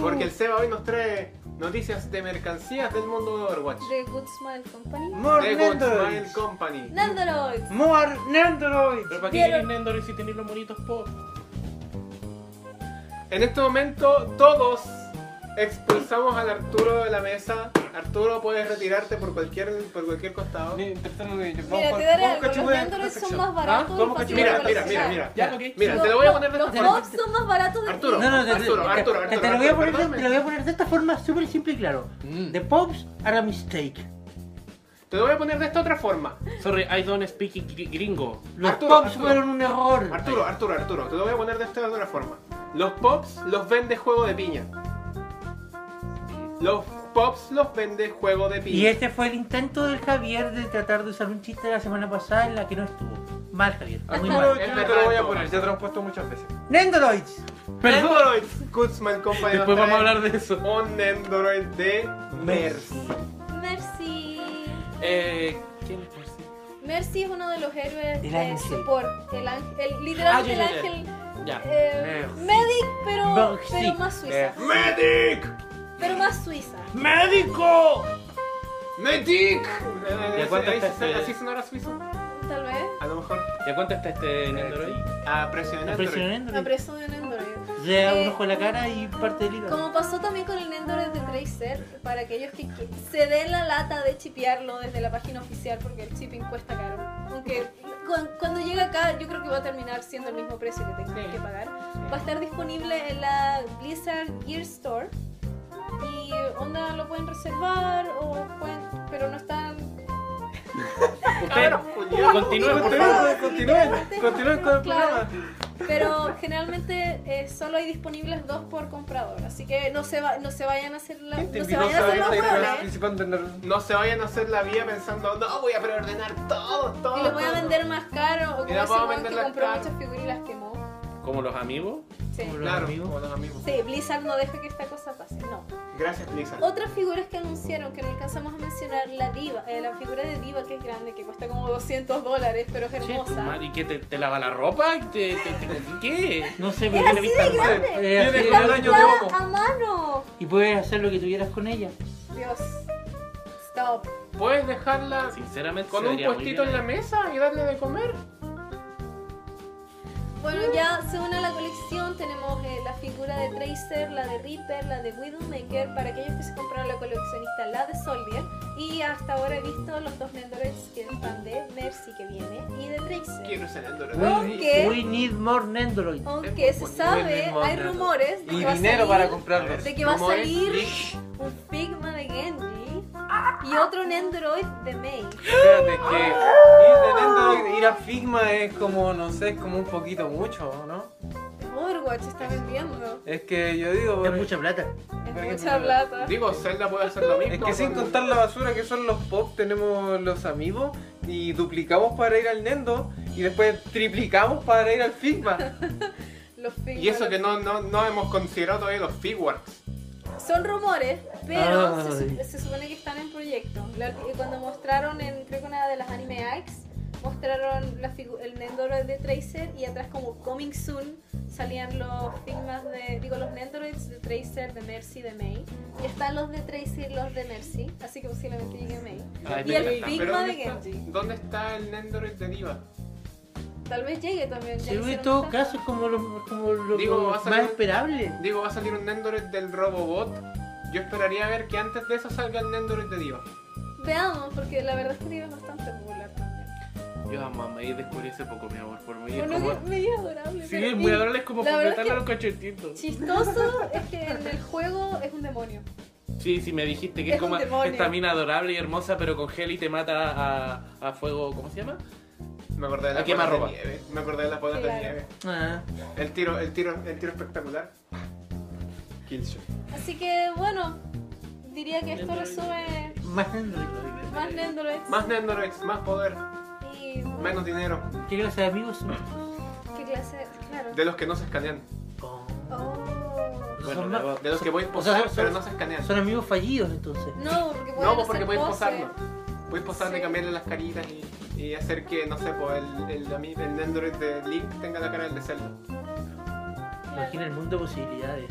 Speaker 3: Porque el Seba hoy nos trae noticias de mercancías del mundo de Overwatch.
Speaker 2: Uh. The Good Smile Company.
Speaker 6: More
Speaker 3: De Good Smile
Speaker 6: Nendoroids.
Speaker 3: Company.
Speaker 2: Nandoroids.
Speaker 6: More Nendoroids.
Speaker 7: Pero para qué
Speaker 2: Vieron-
Speaker 7: quieres Nendoroid si tenéis los monitos pop.
Speaker 3: En este momento todos expulsamos al Arturo de la mesa. Arturo, puedes retirarte por cualquier, por cualquier costado.
Speaker 4: Ni- tratando de- vamos
Speaker 2: Mira,
Speaker 4: con-
Speaker 2: te daré
Speaker 4: vamos
Speaker 2: algo. Los
Speaker 4: cachudear
Speaker 2: Nandoroids
Speaker 4: esta
Speaker 2: son
Speaker 4: sección.
Speaker 2: más baratos.
Speaker 4: Vamos,
Speaker 2: y fáciles
Speaker 3: ¿Ah? Mira,
Speaker 2: de
Speaker 3: mira, mira,
Speaker 2: coleccionar.
Speaker 3: mira.
Speaker 7: Ya,
Speaker 3: Mira,
Speaker 7: ok.
Speaker 3: mira,
Speaker 2: Los-
Speaker 3: te lo voy a poner de
Speaker 2: Los
Speaker 3: esta
Speaker 2: los
Speaker 3: forma.
Speaker 2: mobs son más baratos de
Speaker 3: Arturo.
Speaker 6: No, no, te, te-
Speaker 3: Arturo,
Speaker 6: te-
Speaker 3: Arturo,
Speaker 6: te- te
Speaker 3: Arturo,
Speaker 6: lo voy a
Speaker 3: Arturo,
Speaker 6: poner, de-
Speaker 3: perdóname.
Speaker 6: te lo voy a poner de esta forma súper simple y claro.
Speaker 4: Mm.
Speaker 6: The Pops are a mistake.
Speaker 3: Te lo voy a poner de esta otra (laughs) forma.
Speaker 7: Sorry, I don't speak gr- gringo.
Speaker 6: Los
Speaker 3: Arturo,
Speaker 6: Pops
Speaker 3: Arturo.
Speaker 6: fueron un error.
Speaker 3: Arturo, Arturo, Arturo, te lo voy a poner de esta otra forma. Los pops los vende juego de piña. Los pops los vende juego de
Speaker 6: Y
Speaker 3: piña. (laughs)
Speaker 6: este fue el intento del Javier de tratar de usar un chiste de la semana pasada en la que no estuvo. Mal, Javier. Muy
Speaker 4: Arturo,
Speaker 6: mal.
Speaker 3: Es
Speaker 4: yo no te
Speaker 3: verdad,
Speaker 4: lo voy a
Speaker 3: todo.
Speaker 4: poner, ya te lo he puesto muchas veces.
Speaker 6: Nendoroids.
Speaker 3: Nendoroid, Goodsman Company.
Speaker 7: Después vamos a hablar de eso.
Speaker 3: Un Nendoroid de Mercy.
Speaker 2: Mercy.
Speaker 7: Eh, ¿Quién es Percy?
Speaker 2: Mercy es uno de los héroes
Speaker 6: El
Speaker 2: de
Speaker 6: ángel.
Speaker 2: support. El ángel, el-
Speaker 7: Ah,
Speaker 2: literalmente
Speaker 7: ya,
Speaker 2: el
Speaker 7: ya, ya.
Speaker 2: ángel.
Speaker 7: Ya.
Speaker 2: Eh,
Speaker 4: Merci.
Speaker 2: medic, pero,
Speaker 6: Merci.
Speaker 2: pero más suiza.
Speaker 3: ¡Medic!
Speaker 2: Pero más suiza.
Speaker 7: ¡Médico!
Speaker 3: ¡Medic!
Speaker 7: ¿Y cuánto
Speaker 3: Ahí
Speaker 7: está
Speaker 3: se-
Speaker 7: este?
Speaker 3: ¿Así sonará suizo?
Speaker 2: Tal vez.
Speaker 3: A lo mejor.
Speaker 7: ¿Ya cuánto está este
Speaker 3: Eh,
Speaker 7: Nendoroid?
Speaker 3: A precio de Nendoroid.
Speaker 2: La
Speaker 6: Nendoroids.
Speaker 2: presión de un Nendoroid.
Speaker 6: Le da
Speaker 2: Eh,
Speaker 6: un ojo en la cara y parte del hígado.
Speaker 2: Como pasó también con el Nendoroid de Tracer, para aquellos que, que se den la lata de chipearlo desde la página oficial, porque el shipping cuesta caro. Aunque cuan- cuando llega acá, yo creo que va a terminar siendo el mismo precio que tengan que pagar. Va a estar disponible en la Blizzard Gear Store. Y onda lo pueden reservar o pueden. pero no están.
Speaker 7: Usted,
Speaker 3: Ah,
Speaker 7: continúen, por favor.
Speaker 2: favor.
Speaker 4: Continúen, continúen con el
Speaker 2: Claro.
Speaker 4: programa.
Speaker 2: Pero generalmente eh, solo hay disponibles dos por comprador, así que no se va, no se vayan a hacer la,
Speaker 4: ¿Quién te
Speaker 2: no se
Speaker 4: Este invitó a
Speaker 2: vayan a hacer
Speaker 4: saber
Speaker 2: los ¿eh?
Speaker 4: que estás
Speaker 2: hueones.
Speaker 4: participando en la-
Speaker 3: No se vayan a hacer la vía pensando, no, voy a preordenar todo, todo.
Speaker 2: Y los voy a
Speaker 3: todo".
Speaker 2: vender más caro, o como
Speaker 3: Y las
Speaker 2: ese
Speaker 3: vamos
Speaker 2: weón
Speaker 3: a
Speaker 2: que
Speaker 3: venderlas
Speaker 2: compró
Speaker 3: caro.
Speaker 2: muchas figuras y las quemó.
Speaker 7: Como los amigos.
Speaker 2: Sí.
Speaker 6: Como los
Speaker 3: Claro,
Speaker 6: amigos.
Speaker 3: como los amigos.
Speaker 2: Sí, Blizzard no deja que esta cosa pase, no.
Speaker 3: Gracias, Blizzard.
Speaker 2: Otras figuras que anunciaron que no alcanzamos a mencionar, la diva, eh, la figura de diva que es grande, que cuesta como 200 dólares, pero es hermosa.
Speaker 7: ¿Y qué? Te, te lava la ropa? ¿Te, te, te- ¿Qué?
Speaker 6: No sé,
Speaker 2: Era
Speaker 6: pero
Speaker 2: así de grande.
Speaker 6: Eh,
Speaker 4: Tiene
Speaker 6: así
Speaker 4: como
Speaker 6: era.
Speaker 4: un año de
Speaker 2: ¡Ah,
Speaker 4: ojo.
Speaker 2: a mano.
Speaker 6: Y puedes hacer lo que tuvieras con ella.
Speaker 2: Dios. Stop.
Speaker 3: ¿Puedes dejarla
Speaker 7: Sinceramente,
Speaker 3: con
Speaker 7: se
Speaker 3: un
Speaker 7: vería muy
Speaker 3: puestito en
Speaker 7: bien eh.
Speaker 3: la
Speaker 7: ahí.
Speaker 3: mesa y darle de comer?
Speaker 2: Bueno, ya se une a la colección. Tenemos eh, la figura de Tracer, la de Reaper, la de Widowmaker. Para aquellos que se compraron la coleccionista, la de Soldier. Y hasta ahora he visto los dos Nendoroids que están de Mercy que viene y de Tracer.
Speaker 3: Quiero ser Nendoroid.
Speaker 6: We,
Speaker 2: Aunque-
Speaker 6: we need more Nendoroids.
Speaker 2: Aunque se sabe, hay rumores de
Speaker 4: Y
Speaker 2: que va a
Speaker 4: dinero para
Speaker 2: salir,
Speaker 4: comprarlos.
Speaker 2: de que va a
Speaker 3: Rumores,
Speaker 2: salir
Speaker 3: leaks.
Speaker 2: un Figma de Genji y otro Nendoroid de Mei.
Speaker 4: Espérate que ir de Nendoroid, ir a Figma es como, no sé, es como un poquito mucho, ¿no?
Speaker 2: Overwatch está vendiendo.
Speaker 4: Es que yo digo,
Speaker 6: Es
Speaker 4: por-
Speaker 6: mucha plata.
Speaker 2: Es
Speaker 4: Pero que
Speaker 2: mucha plata.
Speaker 3: Digo, Zelda puede hacer lo mismo.
Speaker 4: es que sin
Speaker 3: con-
Speaker 4: contar la basura que son los pop, tenemos los amigos y duplicamos para ir al Nendo y después triplicamos para ir al Figma.
Speaker 2: Los Figma,
Speaker 3: Y eso
Speaker 2: los
Speaker 3: que no, no, no hemos considerado todavía los figworks.
Speaker 2: Son rumores,
Speaker 7: Ah,
Speaker 2: pero se,
Speaker 6: Ay.
Speaker 2: sup- se supone que están en proyecto. La- y cuando mostraron en, creo que una de las anime X, mostraron la figu- el Nendoroid de Tracer y atrás como Coming Soon salían los figmas de, digo, los Nendoroids de Tracer, de Mercy, de May. Y están los de Tracer y los de Mercy, así que posiblemente llegue May.
Speaker 7: Ay,
Speaker 2: Y
Speaker 7: me
Speaker 2: el
Speaker 7: encanta.
Speaker 3: Pero
Speaker 2: Figma de
Speaker 3: ¿dónde está-
Speaker 2: Genji.
Speaker 3: ¿Dónde está el Nendoroid de Diva?
Speaker 2: Tal vez llegue también. ya
Speaker 6: Sí,
Speaker 2: hicieron
Speaker 6: en todo
Speaker 2: esta-
Speaker 6: caso es como lo, como lo
Speaker 3: Digo, va a
Speaker 6: más
Speaker 3: salir-
Speaker 6: esperable.
Speaker 3: Digo, va a salir un Nendoroid del Robobot Yo esperaría ver que antes de eso salga el Nendoroid de Dios.
Speaker 2: Veamos, porque la verdad es que Diva es bastante popular también.
Speaker 7: Yo a mamá y descubrí hace poco mi amor por mí. es
Speaker 2: Bueno,
Speaker 7: como-
Speaker 2: que medio adorable.
Speaker 7: Sí,
Speaker 2: pero-
Speaker 7: es muy
Speaker 2: y
Speaker 7: adorable, es como
Speaker 2: la verdad es
Speaker 7: completarle
Speaker 2: que-
Speaker 7: los cachetitos.
Speaker 2: Chistoso es que en el juego es un demonio.
Speaker 7: Sí, sí, me dijiste que
Speaker 2: Es
Speaker 7: es como
Speaker 2: un demonio.
Speaker 7: esta mina adorable y hermosa, pero con gel y te mata a, a fuego. ¿Cómo se llama?
Speaker 3: Me acordé de
Speaker 7: ¿A
Speaker 3: las
Speaker 7: qué
Speaker 3: bolas
Speaker 7: más
Speaker 3: de
Speaker 7: roba?
Speaker 3: nieve. Me acordé de las bolas de
Speaker 2: Claro.
Speaker 3: nieve.
Speaker 6: Ah,
Speaker 3: El tiro, el tiro, el tiro espectacular. Killshot.
Speaker 2: Así que bueno, diría que esto resume
Speaker 6: más Android.
Speaker 2: más Nendoroids
Speaker 3: Más Nendoroids, más poder,
Speaker 2: y
Speaker 3: menos dinero.
Speaker 6: ¿Qué clase de amigos son?
Speaker 2: qué clase, claro.
Speaker 3: De los que no se escanean.
Speaker 2: Oh.
Speaker 3: Bueno,
Speaker 6: Son ma-
Speaker 3: de los que voy a
Speaker 6: o sea,
Speaker 3: posar,
Speaker 6: son-
Speaker 3: pero no se escanean.
Speaker 6: Son amigos fallidos entonces.
Speaker 2: No, porque pueden
Speaker 3: No, pues porque
Speaker 2: hacer
Speaker 3: podéis
Speaker 2: poses.
Speaker 3: posarlo. Podéis posarle,
Speaker 2: Sí.
Speaker 3: cambiarle las caritas y, y hacer que, no sé, pues el, el, ami- el Nendoroid de Link tenga la cara del de Zelda.
Speaker 6: Imagina el mundo de posibilidades.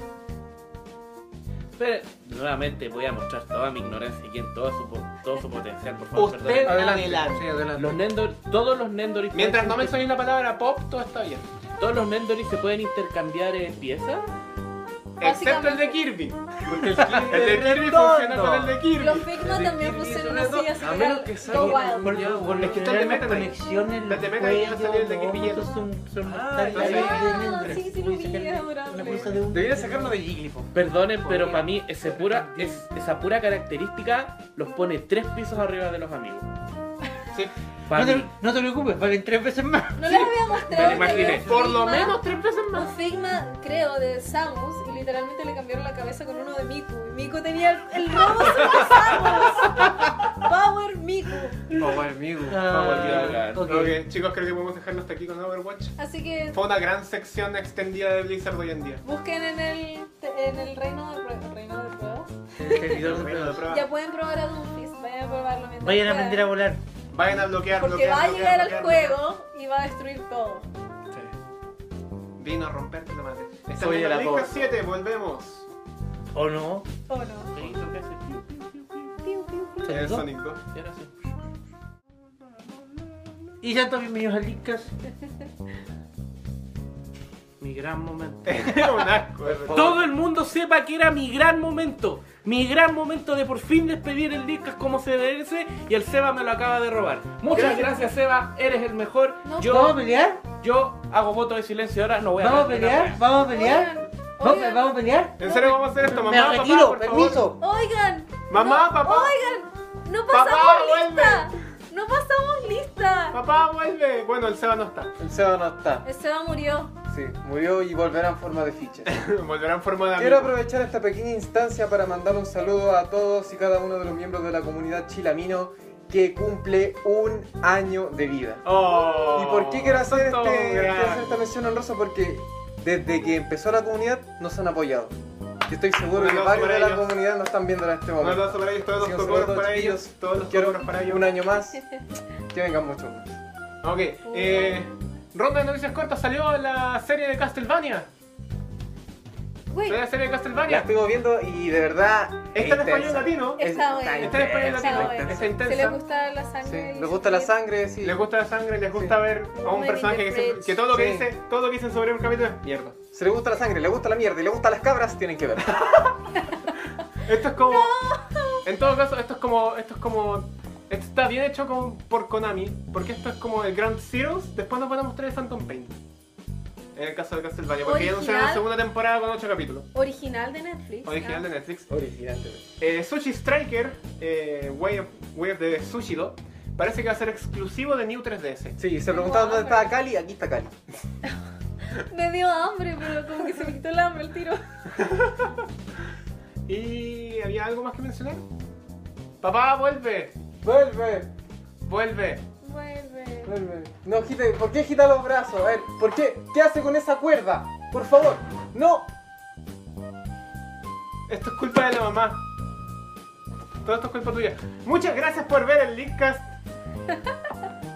Speaker 7: Pero nuevamente voy a mostrar toda mi ignorancia aquí en todo su, po- todo su potencial, por favor.
Speaker 3: Usted-
Speaker 7: perdón.
Speaker 3: Adelante.
Speaker 4: Sí, adelante.
Speaker 7: Los Nendor, todos los Nendoris.
Speaker 3: Mientras
Speaker 7: pueden-
Speaker 3: no mencionéis la palabra pop, todo está bien.
Speaker 7: Todos los Nendoris se pueden intercambiar eh, piezas.
Speaker 3: Excepto el de Kirby. Porque el, Kirby- el de Kirby
Speaker 4: Redondo.
Speaker 3: funciona con el de Kirby.
Speaker 2: Los Figma también pusieron así, así
Speaker 4: A
Speaker 2: que
Speaker 4: menos
Speaker 2: era
Speaker 4: que
Speaker 2: Go
Speaker 4: salga
Speaker 2: Wild.
Speaker 4: con- con-
Speaker 3: Es que están de meta ahí.
Speaker 6: conexiones, los
Speaker 3: Están de meta ahí, ya salió el de
Speaker 6: cuellos,
Speaker 3: Kirby
Speaker 6: los son, son
Speaker 4: Ah,
Speaker 6: bastante
Speaker 3: entonces-
Speaker 2: Ah,
Speaker 6: de-
Speaker 2: sí, sí lo vi, es adorable.
Speaker 6: Una pulsa de un-
Speaker 4: Debería sacarlo de Jigglypuff.
Speaker 7: Perdonen, pero para mí ese pura, es- esa pura característica los pone tres pisos arriba de los (laughs) amigos.
Speaker 3: Sí.
Speaker 7: Pa'
Speaker 6: No te,
Speaker 7: mí.
Speaker 6: no te preocupes, valen tres veces más.
Speaker 3: Ah,
Speaker 2: No les había mostrado.
Speaker 7: Me lo
Speaker 2: que
Speaker 7: imaginé.
Speaker 2: los
Speaker 3: Por lo
Speaker 2: Figma-
Speaker 3: menos tres veces más.
Speaker 2: Un Figma, creo, de Samus y literalmente le cambiaron la cabeza con uno de Miku. Y Miku tenía el, el robo Super
Speaker 3: (laughs)
Speaker 2: Samus. Power Miku.
Speaker 4: Power amigo.
Speaker 6: Ah,
Speaker 7: claro.
Speaker 6: ok.
Speaker 3: Ok, chicos, creo que podemos dejarlo hasta aquí con Overwatch.
Speaker 2: Así que
Speaker 3: Fue una gran sección extendida de Blizzard hoy en día.
Speaker 2: busquen en el, en el reino de prue- reino de pruebas.
Speaker 6: El servidor de
Speaker 3: Bueno, de
Speaker 6: pruebas.
Speaker 3: prueba.
Speaker 2: Ya pueden probar a Doom Fist, vayan a probarlo mientras
Speaker 6: Vayan a
Speaker 2: puedan,
Speaker 6: aprender a volar.
Speaker 3: Vayan a bloquear,
Speaker 2: Porque
Speaker 3: bloquear,
Speaker 2: va a
Speaker 3: bloquear,
Speaker 2: llegar al
Speaker 3: bloquear,
Speaker 2: juego y va a destruir todo.
Speaker 3: bloquear. Vino a romperte la madre. Estamos
Speaker 4: Soy
Speaker 3: en
Speaker 4: el
Speaker 3: la
Speaker 4: amor.
Speaker 3: 7, volvemos.
Speaker 6: ¿O no?
Speaker 2: ¿O no? Piu, piu, piu.
Speaker 3: El Sonic (laughs) 2.
Speaker 6: Y sean todos bienvenidos a Lickas.
Speaker 7: Mi gran momento.
Speaker 3: un asco, es verdad.
Speaker 7: Todo el mundo sepa que era mi gran momento. Mi gran momento de por fin despedir el Discas como se merece y el Seba me lo acaba de robar. Muchas gracias, Seba, eres el mejor.
Speaker 2: No,
Speaker 6: ¿Vamos a
Speaker 7: Yo,
Speaker 6: pelear?
Speaker 7: yo hago voto de silencio ahora, no voy a
Speaker 6: ¿Vamos a
Speaker 7: hablar de
Speaker 6: pelear?
Speaker 7: nada.
Speaker 6: ¿Vamos a pelear?
Speaker 2: Oigan,
Speaker 6: ¿Vamos,
Speaker 2: oigan,
Speaker 6: vamos a pelear?
Speaker 3: ¿En serio vamos a hacer esto, mamá?
Speaker 6: Me
Speaker 3: papá,
Speaker 6: retiro,
Speaker 3: por favor?
Speaker 6: permiso.
Speaker 2: Oigan.
Speaker 3: Mamá,
Speaker 2: no-
Speaker 3: papá.
Speaker 2: Oigan, no
Speaker 3: Papá,
Speaker 2: pasamos lista. No pasamos lista.
Speaker 3: Papá, vuelve. Bueno, el Seba no está. (laughs)
Speaker 4: El Seba no está.
Speaker 2: El Seba murió.
Speaker 4: Sí, murió y volverá en forma de fichas.
Speaker 3: Volverá en forma de
Speaker 4: Quiero
Speaker 3: amigo.
Speaker 4: aprovechar esta pequeña instancia para mandar un saludo a todos y cada uno de los miembros de la comunidad chilamino que cumple un año de vida.
Speaker 3: Oh,
Speaker 4: ¿Y por qué quiero hacer,
Speaker 3: son
Speaker 4: este-
Speaker 3: todos
Speaker 4: quiero hacer
Speaker 3: grandes.
Speaker 4: esta mención honrosa? Porque desde que empezó la comunidad nos han apoyado. Yo estoy seguro
Speaker 3: Un
Speaker 4: que
Speaker 3: aplauso
Speaker 4: varios
Speaker 3: para
Speaker 4: de la
Speaker 3: ellos.
Speaker 4: comunidad nos están viendo en este
Speaker 3: Un
Speaker 4: momento.
Speaker 3: aplauso para ellos, todos
Speaker 4: Sí,
Speaker 3: los
Speaker 4: un
Speaker 3: cocoros
Speaker 4: saludo,
Speaker 3: para
Speaker 4: chiquillos.
Speaker 3: ellos. Todos los
Speaker 4: Quiero
Speaker 3: cocoros para ellos.
Speaker 4: un año más. Que vengan muchos más.
Speaker 3: Ok, eh, ronda de noticias cortas. Salió la serie de Castlevania.
Speaker 2: Güey,
Speaker 3: Salió la serie de
Speaker 4: La
Speaker 3: Castlevania.
Speaker 4: estuvimos viendo y de verdad. es
Speaker 3: Está en español
Speaker 4: intensa.
Speaker 3: latino.
Speaker 2: Es- Está
Speaker 4: Es-
Speaker 2: bueno.
Speaker 3: Está en español
Speaker 4: intensa,
Speaker 2: Está
Speaker 3: latino.
Speaker 2: bueno.
Speaker 3: Está
Speaker 2: se le
Speaker 3: intensa.
Speaker 2: gusta la
Speaker 4: Sí,
Speaker 2: sangre. y
Speaker 4: les gusta la
Speaker 2: se-
Speaker 4: sangre, sí.
Speaker 3: Les gusta la sangre, les gusta ver a un
Speaker 2: Woman
Speaker 3: personaje
Speaker 2: in
Speaker 3: que,
Speaker 2: the
Speaker 3: siempre-
Speaker 2: fridge.
Speaker 3: que todo lo que
Speaker 4: Sí.
Speaker 3: dice, todo lo que dicen sobre un capítulo es mierda.
Speaker 4: Si les gusta la sangre, les gusta la mierda y les gusta las cabras, tienen que ver.
Speaker 3: Esto es como. En todo caso, esto es como. Esto es como. Esto está bien hecho como por Konami, porque esto es como el Grand Zeros, después nos van a mostrar el Phantom Pain. En el caso de Castlevania, porque ya anunciaron la
Speaker 2: Original.
Speaker 3: segunda temporada con 8 capítulos.
Speaker 2: Original de Netflix.
Speaker 3: Original
Speaker 2: ¿no?
Speaker 3: de Netflix.
Speaker 4: Original.
Speaker 3: Eh, Sushi Striker, eh, Way, of, Way of the Sushido, parece que va a ser exclusivo de New 3DS.
Speaker 4: Sí, se preguntaban dónde estaba Cali, aquí está Cali.
Speaker 2: Me dio hambre, pero como que se me quitó el hambre el tiro.
Speaker 3: ¿Y había algo más que mencionar? Papá, vuelve,
Speaker 4: Vuelve,
Speaker 3: vuelve.
Speaker 2: Vuelve.
Speaker 4: vuelve. No, gite, ¿por qué agita los brazos? A ver, ¿por qué? ¿Qué hace con esa cuerda? Por favor, no.
Speaker 3: Esto es culpa de la mamá. Todo esto es culpa tuya. Muchas gracias por ver el (laughs) Linkcast.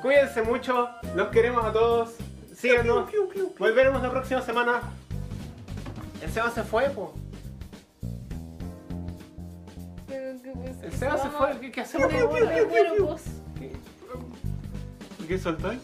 Speaker 3: Cuídense mucho. Los queremos a todos. Síganos. Volveremos la próxima semana. El Seba se fue, po. El Seba se fue. ¿Qué, qué
Speaker 2: um
Speaker 3: hacemos?
Speaker 2: Me muero, me muero, vos.
Speaker 3: ¿Qué soltáis?